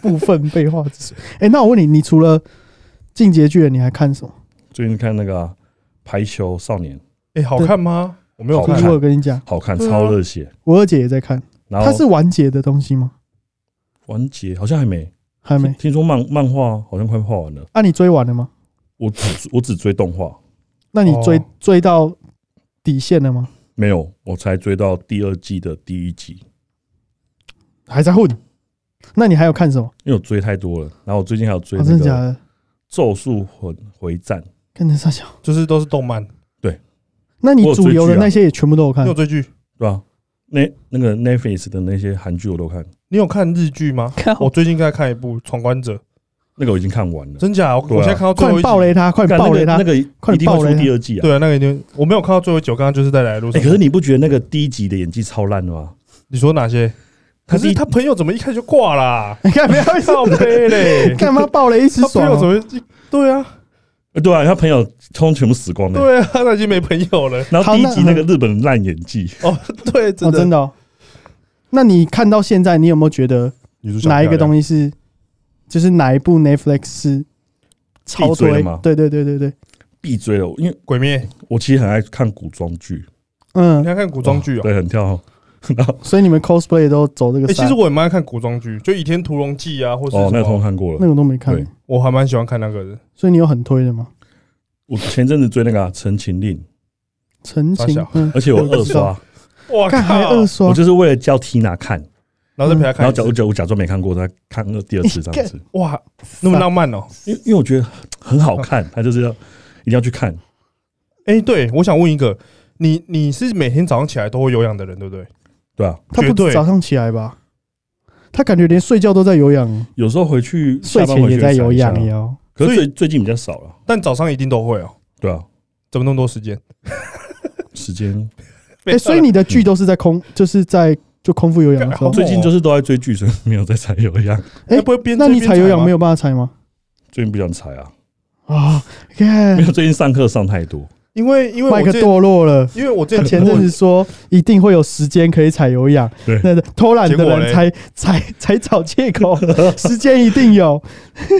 S2: 部分废话之水。哎、那我问你，你除了进阶巨人，你还看什么？
S3: 最近看那个啊、排球少年》，
S1: 哎，好看吗？我没有
S3: 好
S2: 其
S1: 看
S2: 实
S3: 看
S2: 我有跟你讲，
S3: 好看，
S1: 对啊
S3: 超热血。
S2: 我二姐也在看，
S3: 然
S2: 它
S3: 后
S2: 是完结的东西吗？
S3: 完结好像还没，
S2: 还没
S3: 听。听说漫漫画好像快画完了，
S2: 啊，你追完了吗？
S3: 我只我只追动画，
S2: 那你追、
S1: 哦
S2: 追到底线了吗？
S3: 没有，我才追到第二季的第一集，
S2: 还在混？那你还有看什么？
S3: 因为我追太多了。然后我最近还有追
S2: 啊、
S3: 那
S2: 真的假
S3: 个《
S2: 的？
S3: 咒术回回战》，
S2: 跟着傻笑。
S1: 就是都是动漫，
S2: 那你
S3: 我有
S2: 主
S3: 追
S2: 流的
S3: 剧啊
S2: 那些也全部都有看
S1: 你有？追剧？
S3: 对吧、那那个 Netflix 的那些韩剧我都看，
S1: 你有看日剧吗？
S2: 看
S1: 我最近在看一部《闯关者》，
S3: 那个我已经看完了。
S1: 真假？我
S3: 对啊
S1: 我现在看到最
S2: 快
S1: 后一
S2: 爆
S1: 集，
S2: 雷他！快
S3: 干
S2: 爆雷他！
S3: 那个那
S2: 快
S3: 个一定
S2: 爆
S3: 会
S2: 雷他
S3: 出第二季啊！
S1: 对啊，那个已经我没有看到最后一集，我刚刚就是在来的路
S3: 哎、
S1: 上。
S3: 可是你不觉得那个第一集的演技超烂的吗？
S1: 你说哪些？
S3: 他
S1: 可是
S3: 第
S1: 他朋友怎么一开始就挂啦？
S2: 你看没有？
S1: 靠背嘞！
S2: 干嘛爆雷一时
S1: 他朋
S2: 爽
S1: 友怎
S2: 哦、
S1: 么一？对啊，
S3: 呃对啊，他朋友通通全部死光了。
S1: 对啊，他已经没朋友 了。
S3: 然后第一
S2: 好那嗯
S3: 集那个日本人烂演技，
S1: 哦，对，真
S2: 哦，
S1: 的
S2: 真，的哦、那你看到现在，你有没有觉得哪一个东
S1: 西？
S2: 西是，就是哪一部 Netflix 是超
S3: 必追
S2: 推
S3: 的吗？
S2: 对对对对对，
S3: 必追了，因为
S1: 鬼灭，
S3: 我其实很爱看古装剧，
S1: 你
S2: 嗯，
S1: 还看古装剧
S3: 哦
S1: 哦？
S3: 对，很跳。然后
S2: 所以你们 cosplay 都走这个
S1: 哎，
S2: 山、
S1: 其实我也蛮爱看古装剧，就《倚天屠龙记》啊，或是
S3: 哦，那
S1: 什
S3: 个通
S1: 么，
S3: 看过
S2: 那
S3: 了。
S2: 个都没看
S3: 对，
S1: 我还蛮喜欢看那个的。
S2: 所以你有很推的吗？
S3: 我前阵子追那个啊《陈情令》，
S2: 陈
S1: 傻
S2: 情
S1: 笑，
S2: 嗯，
S3: 而且 我二刷，
S1: 哇
S2: 看还
S1: 靠
S2: 二！
S3: 我
S2: 刷，
S3: 就是为了叫 Tina 看，
S1: 然后再陪他
S3: 然
S1: 看
S3: 后
S1: 一
S3: 假
S1: 次，
S3: 我假我假装没看过，他看了第二次这 样子，
S1: 哇，那么浪漫哦！
S3: 因为因为我觉得很好看， 他就是要一定要去看。
S1: 哎，对，我想问一个，你你是每天早上起来都会有氧的人，对不对？
S3: 对啊，
S2: 他不
S1: 绝
S2: 止
S1: 对
S2: 早上起来吧？他感觉连睡觉都在有氧，
S3: 有时候回去
S2: 睡
S3: 下班
S2: 前
S3: 回
S2: 也
S3: 去
S2: 在
S3: 也
S2: 有氧
S3: 想一下，
S2: 哟。
S3: 可是
S1: 所
S3: 最最近比较少了。
S1: 但早上一定都会哦，
S3: 对啊，
S1: 怎么那么多时间？
S3: 时间
S2: 哎，所以你的剧都是在
S3: 嗯
S2: 空，就是在就空腹有氧的时候
S1: 哦。
S3: 最近就是都在追剧，所以没有在踩有氧，
S1: 哎，不会边
S2: 那你
S1: 踩
S2: 踩有氧没
S1: 有？
S2: 有办法踩吗？
S3: 最近不想踩 啊，
S2: 啊，
S3: 因
S2: 看
S3: 为最近上课上太多。
S1: 因为因为
S2: 麦
S1: 我
S2: 克
S1: 这，
S2: 堕落了。
S1: 因为我这
S2: 他前阵子说一定会有时间可以踩有氧
S3: 对，
S2: 那偷懒的
S1: 结果嘞
S2: 人才才才找借口， 时间一定有。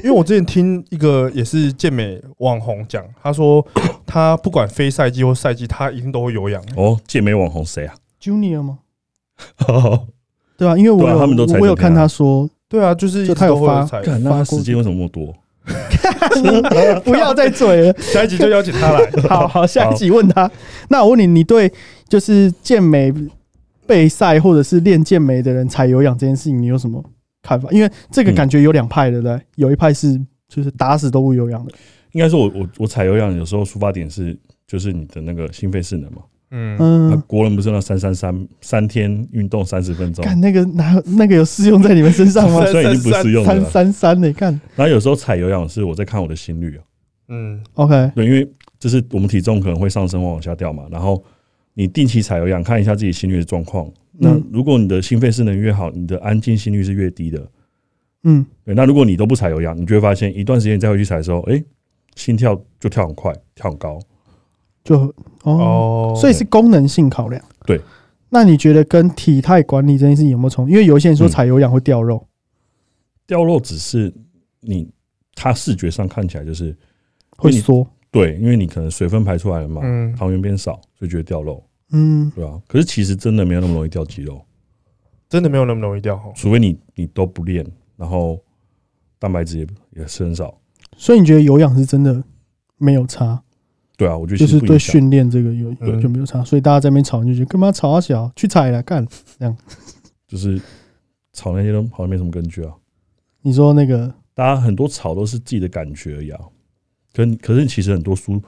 S1: 因为我之前听一个也是健美网红讲，他说他不管非赛季或赛季，他一定都会有氧。
S3: 哦，健美网红 谁啊？
S2: Junior 吗？对啊，因为我
S3: 对啊
S2: 有
S3: 他们都踩
S2: 我有
S3: 整天啊
S2: 看他说，
S1: 对啊，就是
S2: 就他有发
S1: 才
S3: 看那他时间为什么那么多？
S2: 不要再嘴了。
S1: 下一集就邀请他来。
S2: 好好，下一集问他。那我问你，你对就是健美备赛或者是练健美的人踩有氧这件事情，你有什么看法？因为这个感觉有两派，对不对？有一派是就是打死都不有氧的，
S3: 应该说我我我踩有氧有时候出发点是就是你的那个心肺势能嘛。
S1: 嗯，
S3: 那
S2: 嗯，
S3: 国人不是那三三三三天运动三十分钟，
S2: 干那个哪有那个有适用在你们身上 吗？
S3: 虽然已经不适用了
S2: 三
S3: 啦。
S2: 三三的干
S3: 然后有时候踩有氧是我在看我的心率啊，
S1: 嗯，
S2: ，OK，
S3: 对，因为就是我们体重可能会上升或往下掉嘛，然后你定期踩有氧，看一下自己心率的状况。那
S2: 嗯
S3: 如果你的心肺势能越好，你的安静心率是越低的。
S2: 嗯，
S3: 对，那如果你都不踩有氧，你就会发现一段时间你再回去踩的时候，哎、心跳就跳很快，跳很高。
S2: 就哦，
S1: 哦，
S2: 所以是功能性考量。
S3: 对，
S2: 那你觉得跟体态管理这件事情有没有冲？因为有一些人说
S3: 嗯
S2: 踩有氧会掉肉，
S3: 掉肉只是你它视觉上看起来就是
S2: 会
S3: 因为你
S2: 缩，
S3: 对，因为你可能水分排出来了嘛，
S1: 嗯，
S3: 糖原变少，所以觉得掉肉，
S2: 嗯，
S3: 对吧、可是其实真的没有那么容易掉肌肉，
S1: 真的没有那么容易掉哦。
S3: 除非你你都不练，然后蛋白质也也是很少。
S2: 所以你觉得有氧是真的没有差，
S3: 对啊，我觉得
S2: 就
S3: 其实
S2: 是
S3: 不
S2: 对
S3: 影响
S2: 训练这个有
S1: 嗯
S2: 有没有差？所以大家在那边吵，你就觉得干嘛吵啊小，去踩了干。
S3: 就是炒那些都好像没什么根据啊。
S2: 你说那个
S3: 大家很多炒都是自己的感觉而已啊。可你可是其实很多书，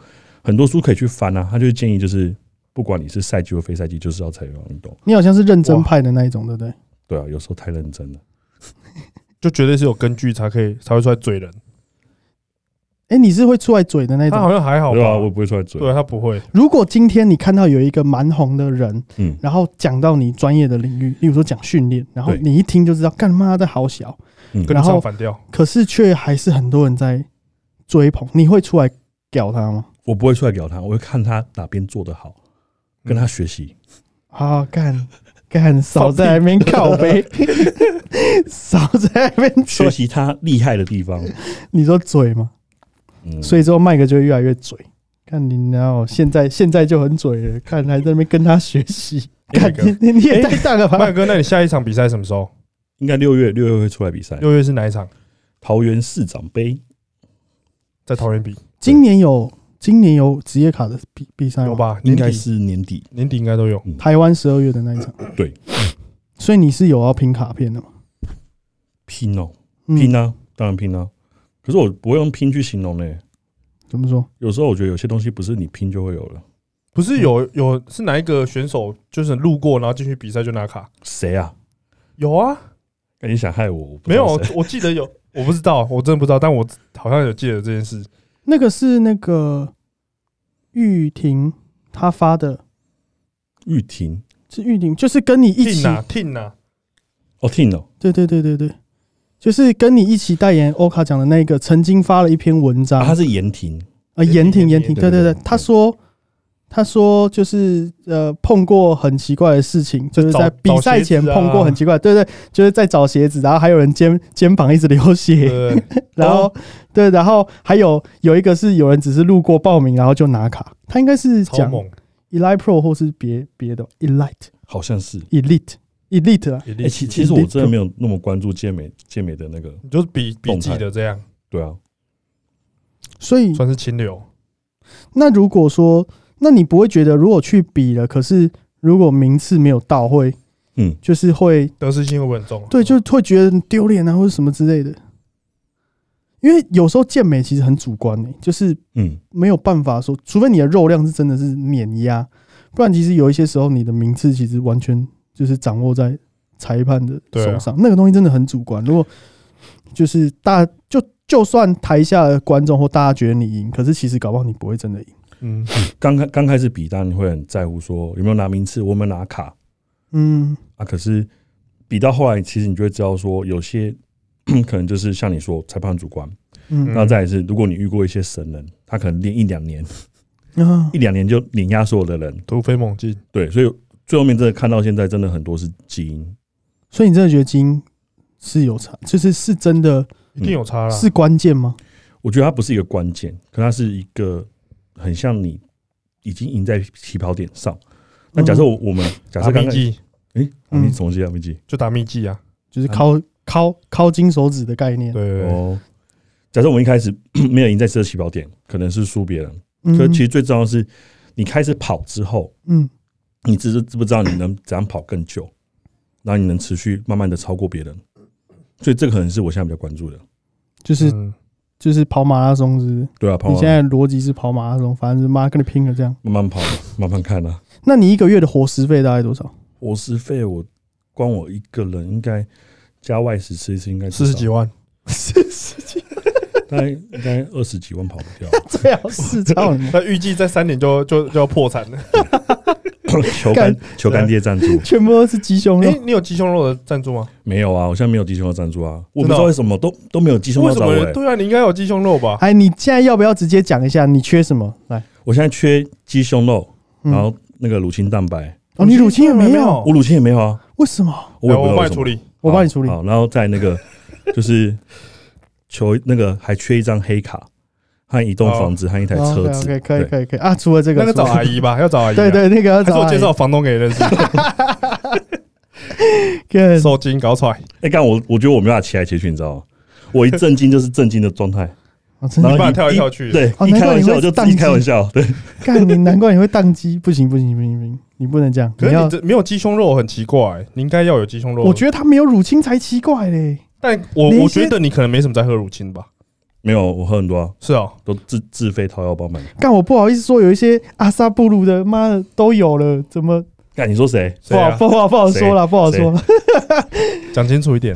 S3: 很多书可以去翻啊。他就建议就是，不管你是赛季或非赛季，就是要采有氧运动。
S2: 你好像是认真
S1: 哇
S2: 派的那一种，对不对？
S3: 对啊，有时候太认真了。
S1: 就绝对是有根据才可以才会出来嘴人。
S2: 哎、你是会出来嘴的那
S1: 他好
S2: 种。
S1: 像还好
S3: 对
S1: 吧
S3: 啊，？我也不会出来嘴。
S1: 对他不会，
S2: 如果今天你看到有一个蛮红的人，
S3: 嗯，
S2: 然后讲到你专业的领域，例如说讲训练，然后
S3: 对
S2: 你一听就知道，干妈的好小，
S3: 嗯
S1: 跟
S2: 然
S1: 你
S2: 后
S1: 唱反调。
S2: 可是却还是很多人在追捧，你会出来屌他吗？
S3: 我不会出来屌他，我会看他哪边做得好，跟他学习。
S2: 啊，干干少在那边靠背，少在那边
S3: 学
S2: 嘴，
S3: 习他厉害的地方。
S2: 你说嘴吗？
S3: 嗯，
S2: 所以之后麦克就会越来越嘴。看你呢，现在现在就很嘴了，看还在那边跟他学习，
S1: 哎
S2: 看
S1: 麦
S2: 你
S1: 哥
S2: 你你也太大了 吧
S1: 麦？哥，那你下一场比赛什么时候？
S3: 应该六月六月会出来比赛，
S1: 六月是哪一场？
S3: 桃园市长杯
S1: 在桃园比
S2: 今年有今年有职业卡的比比赛
S1: 有
S2: 吗？
S1: 吧？
S3: 应
S1: 年
S3: 该
S1: 底
S3: 是年底。
S1: 年底应该都有。
S2: 台湾十二月的那一场，
S3: 对，
S2: 所以你是有要拼卡片的吗？
S3: 拼哦，
S2: 嗯
S3: 拼啊，当然拼啊。可是我不会用拼去形容呢、
S2: 怎么说？
S3: 有时候我觉得有些东西不是你拼就会有了。
S1: 不是有有是哪一个选手就是路过然后进去比赛就拿卡？
S3: 谁啊？
S1: 有啊，
S3: 那你想害我？我不
S1: 没
S3: 知道
S1: 有，哦我
S3: 谁
S1: 我记得有，我不知道，我真的不知道，但我好像有记得这件事。
S2: 那个是那个玉婷她发的，
S3: 玉婷
S2: 是玉婷，就是跟你一起
S1: Tin 啊，Tin 啊，
S3: 哦，婷哦，
S2: 对对对对对，就是跟你一起代言欧卡奖的那个，曾经发了一篇文章
S3: 啊，她是言婷，
S2: 啊，言挺言挺，对对
S3: 对
S2: 对
S3: 对对，
S2: 他说他说就是呃碰过很奇怪的事情，就是在
S1: 找
S2: 比赛
S1: 找
S2: 前
S1: 鞋子啊
S2: 碰过很奇怪，对对，就是在找鞋子，然后还有人肩肩膀一直流
S1: 对哦
S2: 血，
S1: 对对
S2: 然后对，然后还有有一个是有人只是路过报名，然后就拿卡，他应该是
S1: 超
S2: 讲
S1: 猛
S2: Elite Pro 或是别别的 Elite
S3: 好像是。
S2: Elite Elite 啊，
S3: 哎、其其实我真的没有那么关注健美健美的那个，
S1: 你就是比比
S3: 动
S1: 记
S3: 态
S1: 的这样，
S3: 对啊，
S2: 所以
S1: 算是清流。
S2: 那如果说，那你不会觉得如果去比了，可是如果名次没有到会，
S3: 嗯，
S2: 就是会
S1: 得失心会不会很重啊？
S2: 对，就会觉得丢脸啊，或者什么之类的。因为有时候健美其实很主观的、欸就是
S3: 嗯，
S2: 没有办法说，除非你的肉量是真的是碾压，不然其实有一些时候你的名次其实完全就是掌握在裁判的
S1: 对啊
S2: 手上，那个东西真的很主观。如果就是大就就算台下的观众或大家觉得你赢，可是其实搞不好你不会真的赢。
S1: 嗯，
S3: 刚开刚开始比，当然你会很在乎说有没有拿名次，我有没有拿卡
S2: 嗯，
S3: 啊。可是比到后来，其实你就会知道说，有些 可能就是像你说裁判主观，
S2: 嗯
S3: 那再来是，如果你遇过一些神人，他可能练一两年，
S2: 啊
S3: 一，两年就碾压所有的人，
S1: 突飞猛进，
S3: 对，所以最后面真的看到现在，真的很多是基因，
S2: 所以你真的觉得基因是有差，就是是真的
S1: 一定有差
S3: 啊
S1: 啦。
S2: 是关键吗？
S3: 我觉得它不是一个关键，可它是一个很像你已经赢在起跑点上。那假设我我们假
S1: 打
S3: 设刚
S1: 秘
S3: 刚
S1: 技
S3: 哎，阿
S2: 嗯
S3: 密重新阿密记
S1: 就打秘技啊，
S2: 就是
S3: 嗯
S2: 敲敲敲金手指的概念，
S1: 对对对，
S3: 哦。假设我们一开始 没有赢在这个起跑点，可能是输别人，
S2: 嗯
S3: 可是其实最重要的是，你开始跑之后，
S2: 嗯，
S3: 你知知不知道你能怎样跑更久，然后你能持续慢慢的超过别人，所以这个可能是我现在比较关注的。
S2: 就是
S1: 嗯
S2: 就是跑马拉松是不是？
S3: 对啊，跑
S2: 你
S3: 啊
S2: 现在逻辑是跑马拉松，反正是妈跟你拼了这样。
S3: 慢慢跑，慢慢看啊。
S2: 那你一个月的伙食费大概多少？
S3: 伙食费我光我一个人应该加外食吃一次应该至
S1: 四十几
S3: 少，
S1: 万，
S3: 大概应该二十几万跑不 掉，
S2: 最好是 操你妈
S1: 那预计在三年就就就要破产了。
S3: 求干求干爹赞助
S1: 啊
S2: 全部都是鸡胸肉
S1: 哎，，你有鸡胸肉的赞助吗？
S3: 没有啊，我现在没有鸡胸肉赞助啊，我
S1: 真的
S3: 不知
S1: 哦
S3: 道为什么都都没有鸡胸
S1: 为
S3: 肉
S1: 什
S3: 找我、
S1: 么？
S3: 欸，
S1: 对啊，你应该有鸡胸肉吧？
S2: 哎，你现在要不要直接讲一下你缺什么？来，
S3: 我现在缺鸡胸肉，
S2: 嗯
S3: 然后那个乳清蛋白，
S2: 哦，你乳清也没
S1: 没
S2: 有，
S3: 我乳清也没有啊，
S2: 为什么？
S3: 我也不知
S1: 我
S3: 道
S1: 帮你
S3: 为什
S1: 处
S3: 么，
S1: 理。
S2: 我帮你处理
S3: 好，好然后在那个就是求那个还缺一张黑卡和一栋
S1: 哦
S3: 房子和一台车子，
S2: OK，可以
S3: 对
S2: 可以可以啊，除了这个，
S1: 那个
S2: 除了
S1: 找阿姨吧，要找阿姨啊。
S2: 对对，那个要
S1: 还是
S2: 找
S1: 我
S2: 阿姨
S1: 介绍房东给你认识，
S2: 干
S1: 受精搞出来，
S3: 哎、干我我觉得我没办法骑来骑去，你知道吗？我一震惊就是震惊的状 态，
S2: 哦真
S3: 然
S1: 你
S2: 的
S3: 后
S1: 爸
S3: 一
S1: 跳来
S3: 一
S1: 跳去
S3: 对，
S2: 哦
S3: 一
S2: 难
S3: 开
S2: 怪
S3: 玩
S2: 你
S3: 笑
S2: 会
S3: 我就
S2: 宕
S3: 自己开
S2: 机
S3: 玩笑，对，
S2: 干你，难怪你会宕机，不行不行不行不行，你不能这样，
S1: 可
S2: 你
S1: 是
S2: 要
S1: 你，这没有鸡胸肉很奇怪，你应该要有鸡胸肉。
S2: 我觉得他没有乳清才奇怪嘞，
S1: 但我
S2: 你一
S1: 我
S2: 些
S1: 觉得你可能没什么在喝乳清吧？
S3: 没有，我喝很多啊，
S1: 是哦，
S3: 都自自费掏腰包买的。
S2: 干我不好意思说，有一些阿萨布鲁的妈的都有了，怎么
S3: 看你说谁？
S2: 不
S1: 谁
S2: 好
S1: 啊？
S2: 不好不好
S3: 谁
S2: 说了，不好说了。
S1: 讲清楚一点，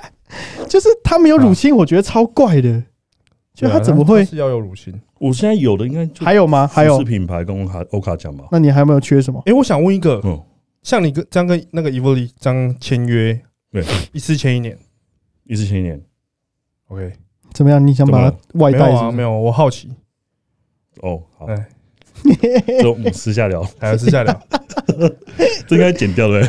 S2: 就是他没有乳清，我觉得超怪的。 就他怎么
S1: 对啊
S2: 会
S1: 他？是要有乳清？
S3: 我现在有的应该就
S2: 还有吗？还
S3: 服
S2: 有
S3: 饰？品牌跟欧卡欧卡奖吧。
S2: 那你还有没有缺什么？
S1: 哎，我想问一个，
S3: 嗯，
S1: 像你跟这样跟那个 Evoli 这样签约，
S3: 对，
S1: 一次签一年
S3: 一四千年
S1: ，OK？
S2: 怎么样？你想把它外
S1: 没有
S2: 带
S1: 啊，
S2: 是
S1: 没有，我好奇，
S3: 哦，好，
S1: 哎
S2: 不是？
S3: 这我们私下聊，
S1: 还有私下 聊，
S3: 这应该剪掉了。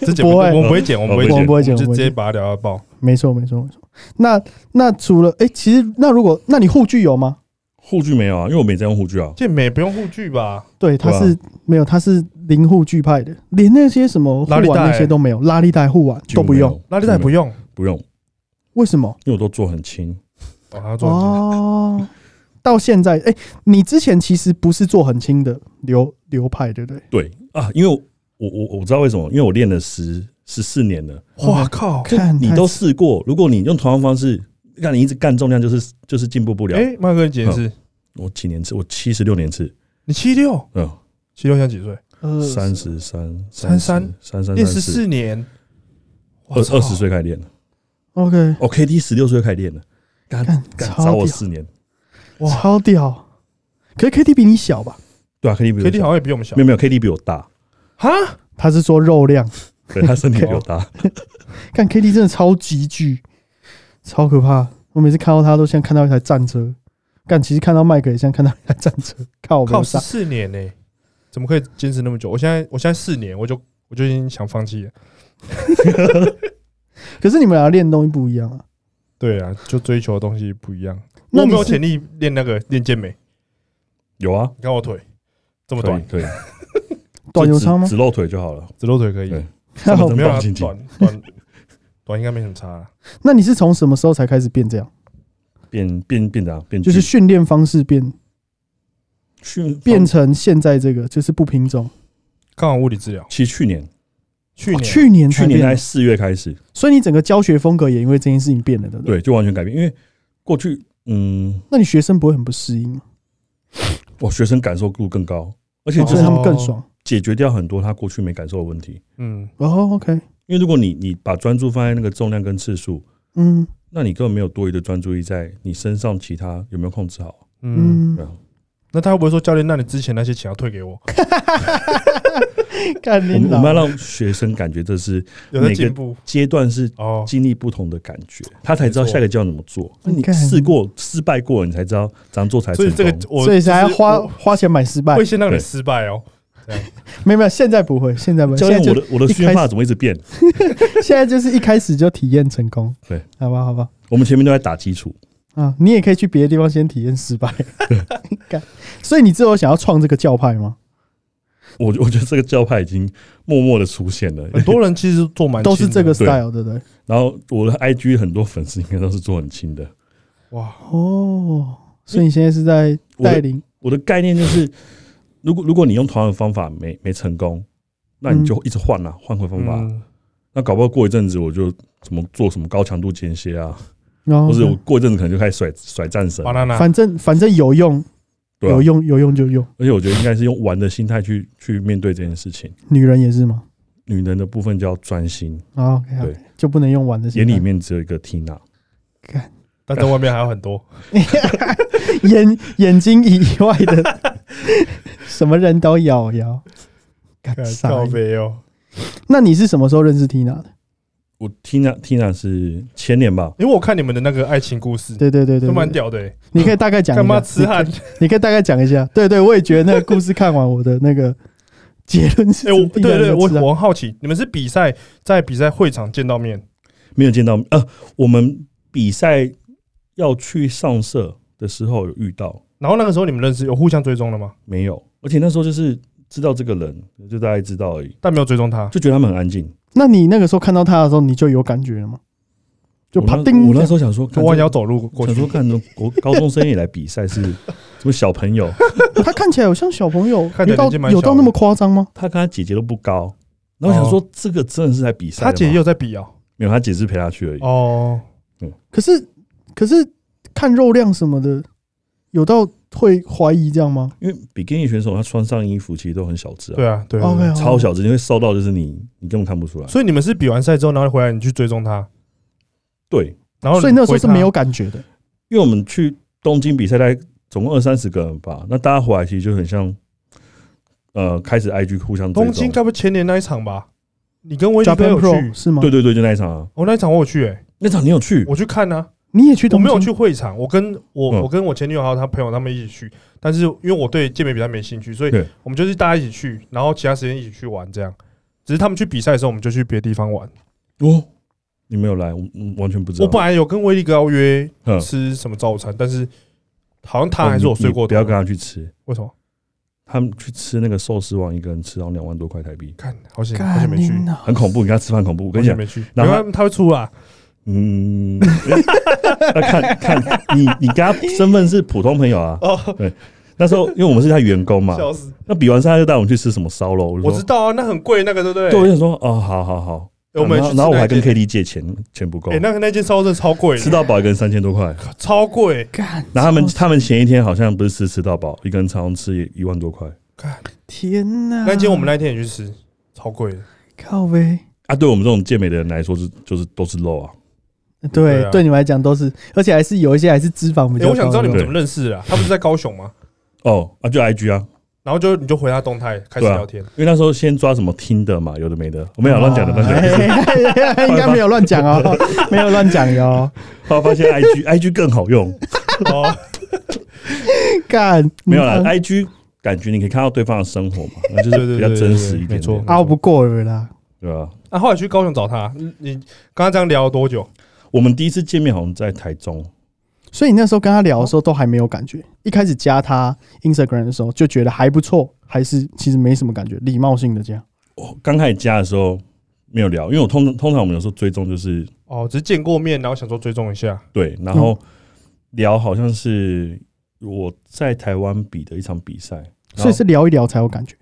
S1: 这节
S2: 不
S1: 目
S2: 会
S1: 我们不会剪，我们不会
S3: 我
S1: 剪，
S3: 们
S2: 不会剪
S1: 我们就直
S2: 我们不会
S1: 接
S2: 剪
S1: 把它聊到爆。
S2: 没错，没错，没错。那那除了哎，其实那如果那你护具有吗？
S3: 护具没有啊，因为我没在用护具啊。
S1: 健美不用护具吧？
S2: 对，他
S3: 对啊
S2: 是没有，他是零护具派的，连那些什么护
S1: 拉
S2: 腕
S1: 力带
S2: 那些都没有，拉力带护腕都不用，
S1: 拉力带不
S3: 用，
S1: 用
S3: 不用，
S2: 为什么？
S3: 因为我都做很轻。
S1: 哦，他做很轻
S2: 哦，到现在哎，你之前其实不是做很轻的流流派，对不对？
S3: 对啊，因为我我我我知道为什么，因为我练了十十四年了。
S1: 哇靠！
S2: 看
S3: 你
S2: 太
S3: 都试过，如果你用同样方式，让你一直干重量，就是就是进步不了。
S1: 哎，麦克，你几年次？
S3: 我几年次？我七十六年次，
S1: 你七六，
S3: 嗯，
S1: 七六像几岁？
S2: 呃
S3: 三十三、
S1: 三
S3: 三
S1: 三、
S3: 三三、
S1: 练
S3: 三
S1: 十
S3: 四、
S1: 四年，
S3: 二
S1: 我操
S3: 二十岁开始练了。
S2: ，OK，
S3: 哦，KD 十六岁开始练了，干
S2: 看
S3: 干
S2: 超
S3: 找我
S2: 屌
S3: 四年。
S1: 哇
S2: 超屌。可是 KT 比你小吧？
S3: 对啊，KD 比我
S1: ，KD
S3: 小
S1: 好像也比我们小
S3: 没有没有 KD 比我大，
S1: 哈，
S2: 他是说肉量，
S3: 对他身体 比我大。
S2: 看 KT 真的超级巨，超可怕。我每次看到他都像看到一台战车，干其实看到麦克也像看到一台战车，靠我
S1: 靠
S2: 们
S1: 十
S2: 上
S1: 四年呢、怎么可以坚持那么久？我现在我现在四年，我就我就已经想放弃了。
S2: 可是你们俩练的东西不一样啊。
S1: 对啊，就追求的东西不一样。
S2: 那
S1: 我
S2: 你
S1: 没有
S2: 是
S1: 潜力练那个练健美，
S3: 有啊，
S1: 你看我腿这么
S3: 可以
S1: 短，
S3: 可以，
S2: 短
S3: 就
S2: 油
S3: 只
S2: 操吗？
S3: 只露腿就好了。
S1: 直露腿可以，
S3: 对
S2: 那好
S3: 真
S1: 没有啊
S3: 棒静静
S1: 短短短应该没什么差啊啦。
S2: 那你是从什么时候才开始变这样？
S3: 变变变的啊，变
S2: 就是
S3: 巨
S2: 训练方式变
S3: 训
S2: 变成现在这个，就是不品种。
S1: 刚好物理治疗，
S3: 其实去年
S1: 去
S2: 哦
S1: 年、
S2: 去年才
S3: 去年
S2: 变
S3: 大概
S2: 的，
S3: 四月开始，
S2: 所以你整个教学风格也因为这件事情变了，对不对？
S3: 对，就完全改变。因为过去嗯，
S2: 那你学生不会很不适应吗？
S3: 我学生感受度更高，而且
S1: 哦
S3: 就
S2: 所以
S3: 是
S2: 他们更爽。
S3: 解决掉很多他过去没感受的问题。
S1: 嗯，
S2: 哦，OK，
S3: 因为如果你你把专注放在那个重量跟次数，
S2: 嗯
S3: 那你根本没有多余的专注力在你身上其他有没有控制好。
S1: 嗯，
S2: 嗯
S3: 对，啊，
S1: 那他会不会说教练，那你之前那些钱要退给我？
S2: 干你
S3: 我们我们要
S2: 老
S3: 让学生感觉这是
S1: 有在
S3: 每个
S1: 进步
S3: 阶段是
S1: 哦，
S3: 经历不同的感觉，他才知道
S1: 没错
S3: 下个阶段怎么做。
S2: 嗯
S3: 你
S2: 看
S3: 试过失败过，你才知道怎样做才
S1: 所
S3: 成
S1: 以这个
S3: 功。
S1: 我
S2: 所以才要
S1: 就是
S2: 花
S1: 我
S2: 花钱买失败
S1: 会。先让你
S3: 对
S1: 失败哦。
S2: 没有没有，现在不会，现在不会，
S3: 教
S2: 现
S3: 练
S2: 在，
S3: 我
S2: 就
S3: 的我的
S2: 一
S3: 训
S2: 开
S3: 话
S2: 始
S3: 怎么一直变？
S2: 现在就是一开始就体验成功。
S3: 对，
S2: 好吧，好吧，
S3: 我们前面都在打基础，
S2: 啊，你也可以去别的地方先体验失败。干所以你之后想要创这个教派吗？
S3: 我我觉得这个教派已经默默的出现了。
S1: 很多人其实做蛮
S2: 都是
S1: 轻
S2: 这
S1: 的
S2: 个
S3: 对
S2: style，对不对？
S3: 然后我的 IG 很多粉丝应该都是做很轻的。
S1: 哇，
S2: 哦，所以你现在是在
S3: 我的
S2: 带领
S3: 我的概念就是，如果如果你用同样的方法没没成功，那你就一直换啊，换回方法啊。
S1: 嗯
S3: 那搞不好过一阵子我就什么做什么高强度间歇啊，
S2: 然后
S3: 或
S1: 哦
S3: 者我过一阵子可能就开始甩甩战神，
S1: ，banana
S2: 反正反正有用，
S3: 对啊
S2: 有。用有用就用。
S3: 而且我觉得应该是用玩的心态去去面对这件事情。
S2: 女人也是吗？
S3: 女人的部分就要专心，
S2: 啊，OK，好
S3: 对
S2: 就不能用玩的心
S3: 眼
S2: 态。
S3: 里面只有一个 Tina，
S1: 但在外面还有很 多。
S2: 眼眼睛以外的什么人都有有。干傻
S1: 靠背哦，
S2: 那你是什么时候认识 Tina 的？
S3: 我 Tina Tina 是前年吧，
S1: 因为我看你们的那个爱情故事，
S2: 对对对对
S1: 都蛮
S2: 对
S1: 屌的欸。
S2: 你可以大概讲一下。
S1: 干嘛痴汉
S2: 你可以？你可以大概讲一下。对对，我也觉得那个故事看完，我的那个结论是
S1: 哎，我
S2: 什么
S1: 对对，我
S2: Tina 是
S1: 我很好奇，你们是比赛在比赛会场见到面，
S3: 没有见到呃，我们比赛要去上色的时候有遇到，
S1: 然后那个时候你们认识，有互相追踪了吗？
S3: 没有，而且那时候就是知道这个人，就大概知道而已，
S1: 但没有追踪他，
S3: 就觉得他们很安静。
S2: 那你那个时候看到他的时候，你就有感觉了吗？就
S3: 我
S2: 啪
S3: 那
S2: 叮
S3: 我那时候想说，
S1: 就
S3: 看
S1: 弯
S3: 这
S1: 腰走路过
S3: 想
S1: 去
S3: 说。看那国高中生也来比赛是 什么小朋友，
S2: 他看起来有像小朋友，
S1: 看起来
S2: 有到
S1: 年纪蛮
S2: 有
S1: 小
S2: 到
S1: 的
S2: 那么夸张吗？
S3: 他跟他姐姐都不高，然后我想说这个真的是在比赛
S1: 哦
S3: 的
S1: 他
S3: 吗，
S1: 姐也有在比哦，
S3: 没有，他姐是陪他去而已。
S1: 哦，
S2: 可是可是看肉量什么的，有到会怀疑这样吗
S3: 因为比基尼选手他穿上衣服其实都很小只啊，
S1: 对啊，对啊
S2: ？OK，
S1: 对啊
S2: 好
S3: 超小只，你会瘦到就是你你根本看不出来。
S1: 所以你们是比完赛之后，然后回来你去追踪他，
S3: 对，
S1: 然后
S2: 所以那时候
S1: 你回
S2: 是
S1: 他
S2: 没有感觉的。
S3: 因为我们去东京比赛，大概总共二三十个人吧，那大家回来其实就很像，呃，开始 IG 互相追
S1: 东京，
S3: 踪
S1: 该不会前年那一场吧？你跟威尼哥
S2: Japan
S1: 有去
S2: Pro？是吗？
S3: 对对对，就那一场啊，
S1: 哦，那一场我有去，哎，
S3: 那场你有去？
S1: 我去看呢、
S2: 你也去
S1: 我
S2: 东
S1: 没
S2: 京？
S1: 有去会场，我跟我、
S3: 嗯
S1: 我跟我前女友还有她朋友他们一起去，但是因为我对健美比赛没兴趣，所以
S3: 对
S1: 我们就是大家一起去，然后其他时间一起去玩这样。只是他们去比赛的时候，我们就去别的地方玩。
S3: 哦，你没有来，我我完全不知道。
S1: 我本来有跟威力哥要约
S3: 嗯
S1: 吃什么早餐，但是好像他还是我睡过
S3: 哦你不
S1: 头。
S3: 要跟他去吃，
S1: 为什么？
S3: 他们去吃那个寿司王，一个人吃到两万多块 台币，
S1: 看，好险，好
S2: 干
S1: 险没去，
S2: 你啊
S3: 很恐怖。你跟他吃饭恐怖，我
S1: 好
S3: 跟你
S1: 险
S3: 讲，
S1: 没去。没
S3: 然后
S1: 关系，他会出啊。
S3: 嗯， 那看看你你跟他身份是普通朋友啊。
S1: 哦，
S3: 那时候因为我们是他员工嘛，
S1: 笑死！
S3: 那比完赛他就带我们去吃什么烧肉，我就
S1: 我
S3: 说
S1: 知道啊，那很贵那个，对不对？哎
S3: 对，我，想说哦，好好好，
S1: 我们
S3: 然
S1: 去
S3: 后
S1: 吃
S3: 然后我
S1: 那
S3: 还跟
S1: 间
S3: KD 借钱，钱不够
S1: 哎，，那个那间烧肉真的超贵的，
S3: 吃到饱一个人三千多块。
S1: 超贵。
S2: 干，
S3: 然后他们
S2: 我
S3: 他们前一天好像不是吃吃到饱，一个人常常吃一万多块
S2: 天哪！
S1: 那间我们那天也去吃，超贵的。
S2: 靠呗。
S3: 啊。对我们这种健美的人来说是就是都是肉啊，
S2: 对，
S1: 对
S2: 对
S1: 啊
S2: 你们来讲都是，而且还是有一些还是脂肪比
S1: 哎，
S2: 较高的。
S1: 我想知道你们
S3: 对
S1: 怎么认识的啊？他不是在高雄 吗？
S3: 哦啊就 IG 啊，
S1: 然后就你就回他动态开始
S3: 对啊
S1: 聊天，
S3: 因为那时候先抓什么听的嘛，有的没的，我没有乱
S1: 啊
S3: 讲的，
S2: 哦
S3: 乱讲的。
S2: 哎 应该没有乱讲 哦，没有乱讲哟。
S3: 后来发现 IG IG 更好用，
S1: 哦，
S2: 干，
S3: 没有啦哎
S2: 你们
S3: ，IG 感觉你可以看到对方的生活嘛，那
S1: 嗯
S3: 就
S1: 对对
S3: 是
S1: 对
S3: 比较
S1: 对
S3: 真
S1: 对
S3: 实一
S1: 没
S3: 点
S1: 错
S3: 点，
S2: 拗不过了啦。
S3: 对吧？
S1: 啊，后来去高雄找他，你你刚刚这样聊了多久？
S3: 我们第一次见面好像在台中，
S2: 所以你那时候跟他聊的时候都还没有感觉，一开始加他 Instagram 的时候就觉得还不错，还是其实没什么感觉，礼貌性的这样。
S3: 我刚开始加的时候没有聊，因为我通通常我们有时候追踪就是
S1: 哦，只是见过面，然后想说追踪一下。
S3: 对，然后聊好像是我在台湾比的一场比赛，
S1: 哦
S3: 然后
S2: 所以是聊一聊才有感觉，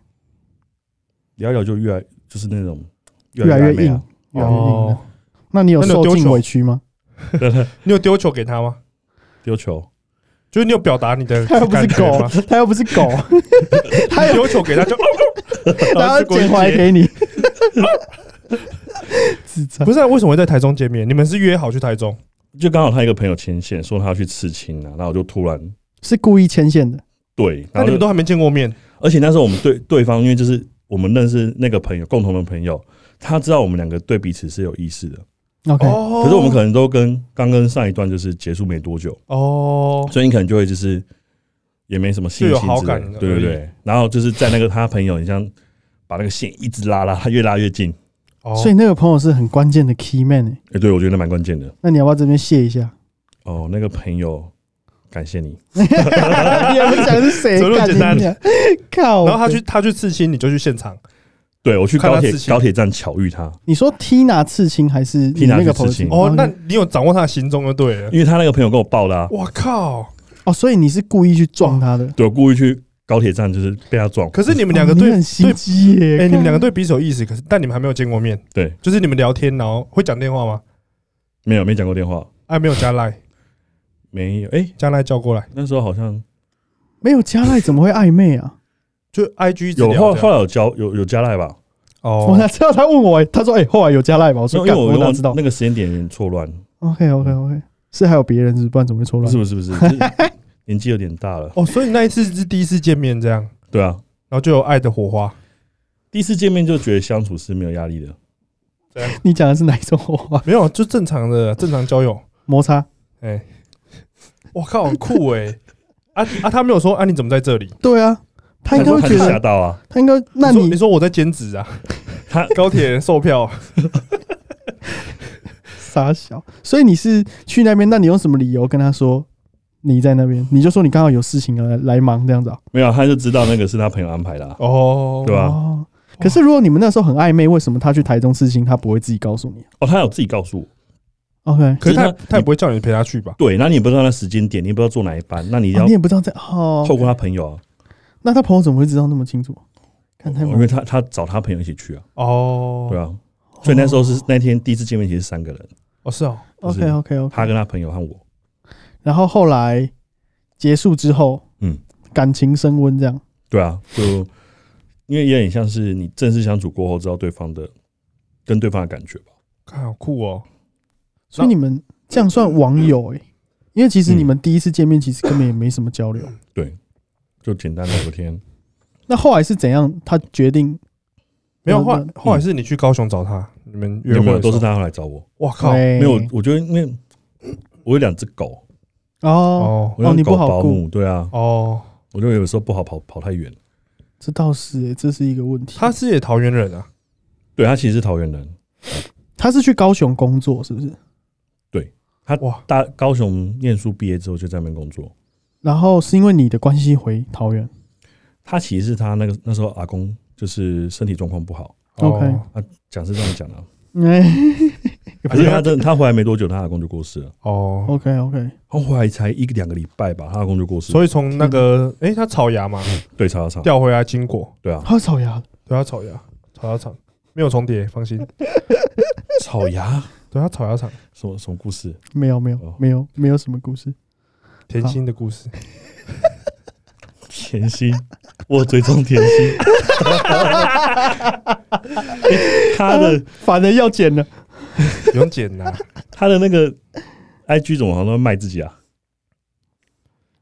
S3: 聊一聊就越来就是那种
S2: 越来越
S3: 暧昧啊
S1: 哦
S2: 硬，越来越硬了。，那你有
S1: 那你有
S2: 受
S1: 丢
S2: 尽
S1: 球
S2: 委屈吗？
S1: 你有丢球给他吗？
S3: 丢球。
S1: 就是你有表达你的
S2: 他又不是
S1: 感觉
S2: 狗
S1: 吗？， 哦
S2: 他又不是狗，他
S1: 你
S2: 有
S1: 丢球给他 就，哦哦
S2: 然后
S1: 就过去
S2: 捡回来
S1: 接
S2: 给你，智障
S1: 不。是啊为什么会在台中见面？你们是约好去台中？
S3: 就刚好他一个朋友牵线说他要去刺青啊，然后我就突然
S2: 是故意牵线的，
S3: 对，
S1: 那你
S3: 然后就
S1: 们都还没见过 面，
S3: 而且那时候我们对对方，因为就是我们认识那个朋友，共同的朋友，他知道我们两个对彼此是有意思的。
S2: OK，、
S1: 哦
S3: 可是我们可能都跟刚跟上一段就是结束没多久，
S1: 哦，
S3: 所以你可能就会就是也没什么信
S1: 就有
S3: 心
S1: 好
S3: 之类
S1: 感
S3: 的，对对
S1: 而
S3: 对。然后就是在那个他朋友，你像把那个线一直拉拉，他越拉越近。
S1: 哦
S2: 所以那个朋友是很关键的 key man 欸
S3: 哎、对我觉得那蛮关键的。
S2: 那你要不要这边谢一下？
S3: 哦，那个朋友，感谢你。
S2: 你也不讲是谁
S1: 走路
S2: 干
S1: 简单
S2: 你娘 靠！
S1: 然后他去，他去刺青，你就去现场。
S3: 对我去
S1: 看他
S3: 高铁
S1: 刺青
S3: 高铁站巧遇他，
S2: 你说 Tina 刺青还是你那个朋友
S3: Tina 去刺青
S1: 哦，那
S2: 然后你
S1: 你有掌握他的行踪就对了。
S3: 因为他那个朋友跟我报的、啊，
S1: 我靠！
S2: 哦，所以你是故意去撞他的？
S3: 对我故意去高铁站就是被他撞。
S1: 可是你们两个
S2: 哦
S1: 对
S2: 你很心
S1: 对，
S2: 机耶！
S1: 哎，你们
S2: 看
S1: 两个对彼此有意思，可是但你们还没有见过面。
S3: 对，
S1: 就是你们聊天，然后会讲电话吗？
S3: 没有没讲过电话，
S1: 啊，没有加赖，
S3: 没有。哎、
S1: 加赖叫过来，
S3: 那时候好像
S2: 没有加赖怎么会暧昧啊？
S1: 就 IG 一直
S3: 有
S1: 聊
S3: 后
S1: 这样
S3: 后来有交有有加赖吧，
S2: 我
S1: 哦
S2: 哪知道他问我欸？他说：“哎，后来有加赖吗？”我
S3: 因
S2: 说：“
S3: 为
S2: 干，
S3: 我
S2: 我哪知道
S3: 那个时间点有点错乱，
S2: ？”OK OK OK，是还有别人，是不然怎么会错
S3: 不
S2: 乱
S3: 是？不是不是，就是 年纪有点大了，
S1: 哦，所以那一次是第一次见面这样，
S3: 对啊，
S1: 然后就有爱的火花。
S3: 第一次见面就觉得相处是没有压力的，
S2: 你讲的是哪一种火花？
S1: 没有，就正常的正常交友。
S2: 摩擦？
S1: 哎，我靠，很酷哎！啊啊，他没有说啊，你怎么在这里？
S2: 对啊，他应该
S3: 说
S2: 会
S3: 他
S2: 觉
S3: 就吓
S2: 得，
S3: 到啊，
S2: 他应该那
S1: 你说
S2: 你
S1: 你说我在兼职啊，
S3: 他
S1: 高铁售票。
S2: 傻小，所以你是去那边，那你用什么理由跟他说你在那边？你就说你刚好有事情来来忙这样子啊？
S3: 没有，他就知道那个是他朋友安排的啊、
S1: 哦，
S3: 对吧
S2: 哦。可是如果你们那时候很暧昧，为什么他去台中事情他不会自己告诉你啊
S3: 哦，他有自己告诉我，哦
S2: ？OK，
S1: 可是他
S3: 就是他
S1: 他也不会叫你陪他去吧？
S3: 对，那你也不知道那时间点，你也不知道坐哪一班，那你
S2: 哦
S3: 要
S2: 你也不知道在哦。
S3: 透过他朋友啊，
S2: 那他朋友怎么会知道那么清楚？看太猛
S3: 哦因为他他找他朋友一起去啊，
S1: 哦，
S3: 对啊，所以那时候是那天第一次见面，其实是三个人，
S1: 哦是哦，
S3: 就是
S2: OK OK OK。
S3: 他跟他朋友和我，
S2: 然后后来结束之后，
S3: 嗯，
S2: 感情升温这样。
S3: 对啊，就因为有点像是你正式相处过后，知道对方的跟对方的感觉吧。
S1: 看好酷哦、
S2: 所以你们这样算网友诶、因为其实你
S3: 嗯
S2: 们第一次见面其实根本也没什么交流。
S3: 就简单聊个天，
S2: 那后来是怎样？他决定
S1: 没有，后
S2: 那
S1: 来后来是你去高雄找他，你们约
S3: 有
S1: 会
S3: 没
S1: 的
S3: 有都是
S1: 时候。
S3: 他来找我？
S1: 哇靠！
S2: 对
S3: 没有，我觉得因为我有两只狗，
S2: 哦，
S1: 哦
S3: 我有
S2: 哦你
S3: 狗
S2: 不好
S3: 保
S2: 顾
S3: 姆，对啊，
S1: 哦，
S3: 我就有时候不好跑跑太远。
S2: 这倒是诶、这是一个问题。
S1: 他是也桃园人啊，
S3: 对他其实是桃园人，
S2: 他是去高雄工作是不是？
S1: 哇，
S3: 大高雄念书毕业之后就在那边工作。
S2: 然后是因为你的关系回桃园，
S3: 他其实是他那个那时候阿公就是身体状况不好，
S2: OK
S1: 哦
S3: 讲是这样讲的、啊，
S2: 哎
S1: 啊
S3: 可是他真的他回来没多久，他阿公就过世了。
S1: 哦，
S2: ，OK OK，
S3: 他回来才一个两个礼拜吧，他阿公就过世 了。
S1: 所以从那个诶，他草芽嘛，
S3: 对，查查查，
S1: 调回来经过，
S3: 对啊，
S2: 他是草芽，
S1: 对他草芽，草芽厂没有重叠，放心，
S3: 草芽
S1: 对他草芽厂
S3: 什么什么故事？
S2: 没有没有
S3: 哦
S2: 没有没有什么故事。
S1: 甜心的故事，
S3: 甜心，我追踪甜心， 欸他的
S2: 反正要剪
S1: 哦
S2: 了，
S1: 不用剪呐，
S3: 他的那个 IG 总好像都在卖自己啊，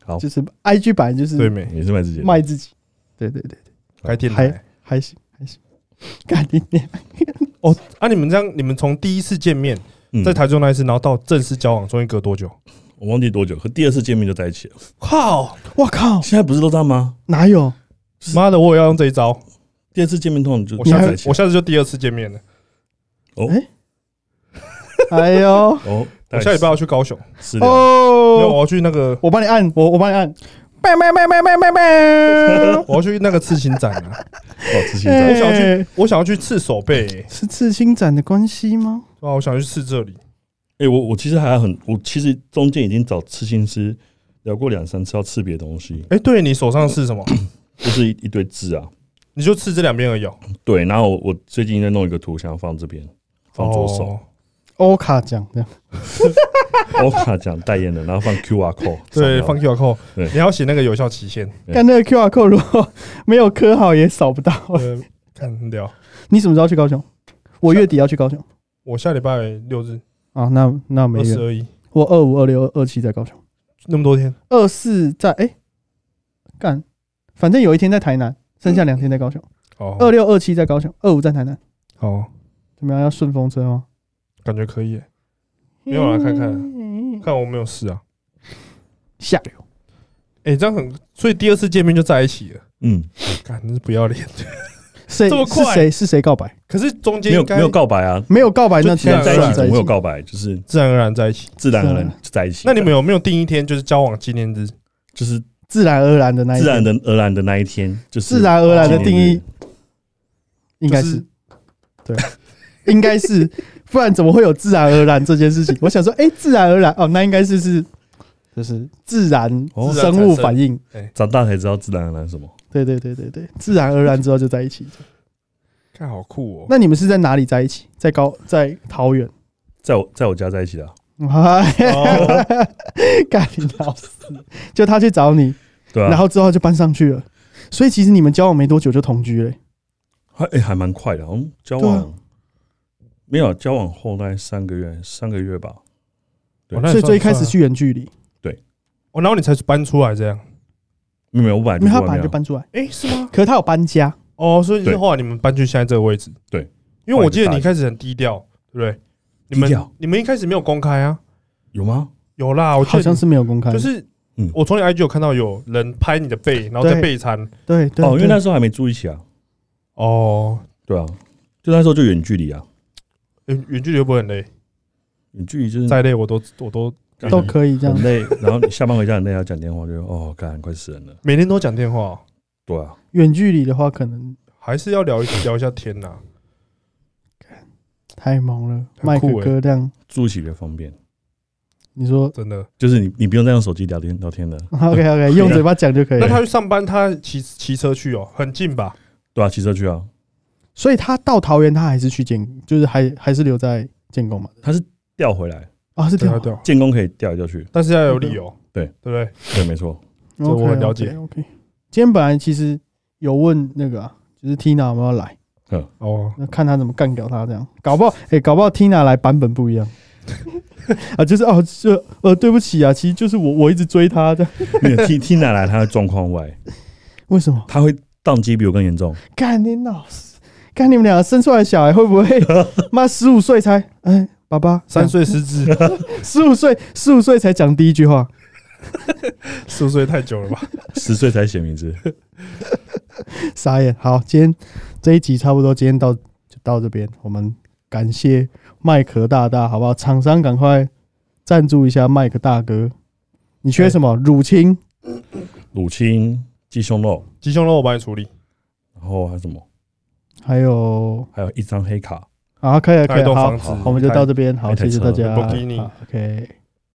S3: 好
S2: 就是 IG 版就是
S1: 对没？
S3: 也是卖自己的，
S2: 卖自己，对对对，
S1: 开电台
S2: 还行还行，干你娘！
S1: 啊！你们这样，你们从第一次见面
S3: 嗯
S1: 在台中那一次，然后到正式交往，中间隔多久？
S3: 我忘记多久，和第二次见面就在一起了。
S1: 靠！
S2: 我靠，
S3: 现在不是都这样吗？
S2: 哪有？
S1: 妈的，我也要用这一招，
S3: 第嗯二次见面通常就
S1: 我
S3: 就
S1: 下
S3: 在一
S1: 次
S3: 起
S1: 我下次就第二次见面了，
S2: 哎呦
S3: 哦，
S1: 我下礼拜要去高雄，
S3: 是的，
S1: 没有，
S2: 哦！
S1: 我要去那个
S2: 我帮你按，我我帮你按，拜拜拜拜拜拜拜。
S1: 我要去那个刺青展啊！
S3: 哦，自己
S1: 我
S3: 在
S2: 哎
S1: 想要去，我想要去刺手背、欸，
S2: 是刺青展的关系吗？
S1: 对啊，我想去刺这里。
S3: 哎、我我其实还很，我其实中间已经找刺青师聊过两三次，要刺别的东西，
S1: 哎、对你手上是什么？
S3: 就是一一堆字啊。
S1: 你就刺这两边而已、哦。
S3: 对，然后我我最近在弄一个图，想要放这边，放左手，
S1: 哦，
S2: 欧卡奖这样，
S3: 欧卡奖代言的，然后放 QR code，
S1: 对，放 QR code，
S3: 对
S1: 你要写那个有效期限。
S3: 对
S2: 干那个 QR code 如 果没有刻好也扫不到。
S1: 呃，看很屌。
S2: 你什么时候去高雄？我月底要去高雄
S1: 我下礼拜六日
S2: 啊，那那没
S1: 二十
S2: 缘。
S1: 而已，
S2: 我二五、二六、二七在高雄，
S1: 那么多天，
S2: 二四在哎干、反正有一天在台南，剩下两天在高雄。
S1: 哦，
S2: 二六、二七在高雄，二五在台南。
S1: 哦，
S2: 怎么样？要顺风车吗？
S1: 感觉可以、欸。没有啦看看
S2: 看
S1: 看我没有事啊。
S2: 下流。
S1: 哎、这样很，所以第二次见面就在一起了，
S3: 嗯，
S1: 干真是不要脸。
S2: 谁
S1: 这么
S2: 是
S1: 快
S2: 谁是谁告白？
S1: 可是中间
S3: 没有
S1: 应该
S3: 没有告白啊，
S2: 没有告白
S1: 就
S2: 那
S1: 自然
S2: 当
S3: 在一
S2: 然
S3: 起怎
S2: 在
S3: 么
S2: 一
S3: 会有
S2: 起。
S3: 告白？就是
S1: 自然而然在一起。
S3: 自然而然
S2: 是啊
S3: 就在一起。
S1: 那你们有没有定一天就是交往纪念日？
S3: 就是
S2: 自然而然的那一
S3: 自然
S2: 天
S3: 的而然的那一天，就是
S2: 自然而然的定义，应该
S1: 就是
S2: 对，应该是，不然怎么会有自然而然这件事情？我想说，哎，自然而然哦，那应该是是就是自然
S3: 哦
S1: 自然
S2: 生物
S1: 产生
S2: 反应。
S3: 长大才知道自然而然是什么。
S2: 对对对对对，自然而然之后就在一起。
S1: 看好酷哦、
S2: 那你们是在哪里在一起？在高在桃园。
S3: 在我在我家在一起的啊、
S1: 哦
S2: 干你老师，就他去找你，
S3: 对啊，
S2: 然后之后就搬上去了。所以其实你们交往没多久就同居了、
S3: 还、欸、还蛮快的，好像交往、
S2: 对啊
S3: 没有啊交往后大概三个月，三个月吧。对
S1: 哦那也
S2: 所以
S1: 算
S2: 最开始
S1: 算啊
S2: 去远距离，
S1: 哦，然后你才搬出来这样。
S3: 没有，没有我本来
S2: 因
S3: 就
S2: 为他
S3: 住
S2: 本
S3: 外
S2: 来
S3: 面
S2: 就
S3: 啊，
S2: 搬出来，
S1: 哎、是吗？
S2: 可是他有搬家，
S1: 哦，所以是
S3: 对
S1: 后来你们搬去现在这个位置。
S3: 对，
S1: 因为我记得你一开始很低调，对不对？你
S3: 低
S1: 们
S3: 调
S1: 你们一开始没有公开啊？
S3: 有吗？
S1: 有啦，我记
S2: 好
S1: 得
S2: 像是没有公开，
S1: 就是
S3: 嗯，
S1: 我从你 IG 有看到有人拍你的背，然后在
S2: 对
S1: 备餐。
S2: 对对啊
S3: 哦，因为那
S2: 对
S3: 时候还没住一起啊。
S1: 哦，
S3: 对啊，就那时候就远距离啊，
S1: 远远距离会不会很累？
S3: 远距离就是
S1: 再累我都我都
S2: 都可以这样
S3: 很。累，然后你下班回家很累，要讲电话就哦，干快死人了。
S1: 每天都讲电话，哦
S3: 对啊，
S2: 远距离的话，可能
S1: 还是要聊一聊一下天呐。
S2: 太忙了，
S1: 很
S2: 麦克
S1: 酷欸
S2: 哥这样，
S3: 住一起比较方便，
S2: 你说
S1: 真的。
S3: 就是你你不用再用手机聊天聊天了，
S2: OK OK，用嘴巴讲就可以
S1: 啊那
S2: 了。
S1: 他去上班，他骑骑车去哦，很近吧？
S3: 对啊，骑车去啊。
S2: 所以他到桃园，他还是去建，就是还还是留在建工嘛？
S3: 他是调回来，
S2: 啊，是
S1: 对
S2: 调
S1: 啊对啊，
S3: 建工可以调来调去，
S1: 但是要有理由，
S3: 对
S1: 对不对？ 啊
S3: 对，没错。
S1: 这我很了解
S2: OK，今天本来其实有问那个、啊，就是 Tina 有没有来，
S1: 哦，
S2: 那看他怎么干掉他这样，搞不好哎、搞不好 Tina 来版本不一样。 啊，就是哦，就呃，对不起啊，其实就是我，我一直追他这样，
S3: 没有 T T 奶奶她的状况外，
S2: 为什么？
S3: 她会宕机比我更严重。
S2: 干你老师，干你们俩生出来的小孩 会不会妈十五岁才哎，爸爸
S1: 三岁失智，
S2: 十五岁十五岁才讲第一句话，
S1: 十五岁太久了吧？
S3: 十岁才写名字，
S2: 傻眼。好，今天这一集差不多，今天到就到这边。我们感谢麦克大大，好不好？厂商赶快赞助一下麦克大哥。你
S1: 哎
S2: 缺什么？乳清、
S3: 乳清、鸡胸肉，
S1: 鸡胸肉我帮你处理，
S3: 然后还有什么？
S2: 还有
S3: 还有一张黑卡。
S2: 啊，可以了，可
S1: 开
S2: 以
S1: 动
S2: 了，
S1: 房
S2: 好，
S1: 子
S3: 好，
S2: 我们就到这边，好，
S3: 太
S2: 谢谢大家。
S1: 扯了 Lamborghini
S2: 好 OK。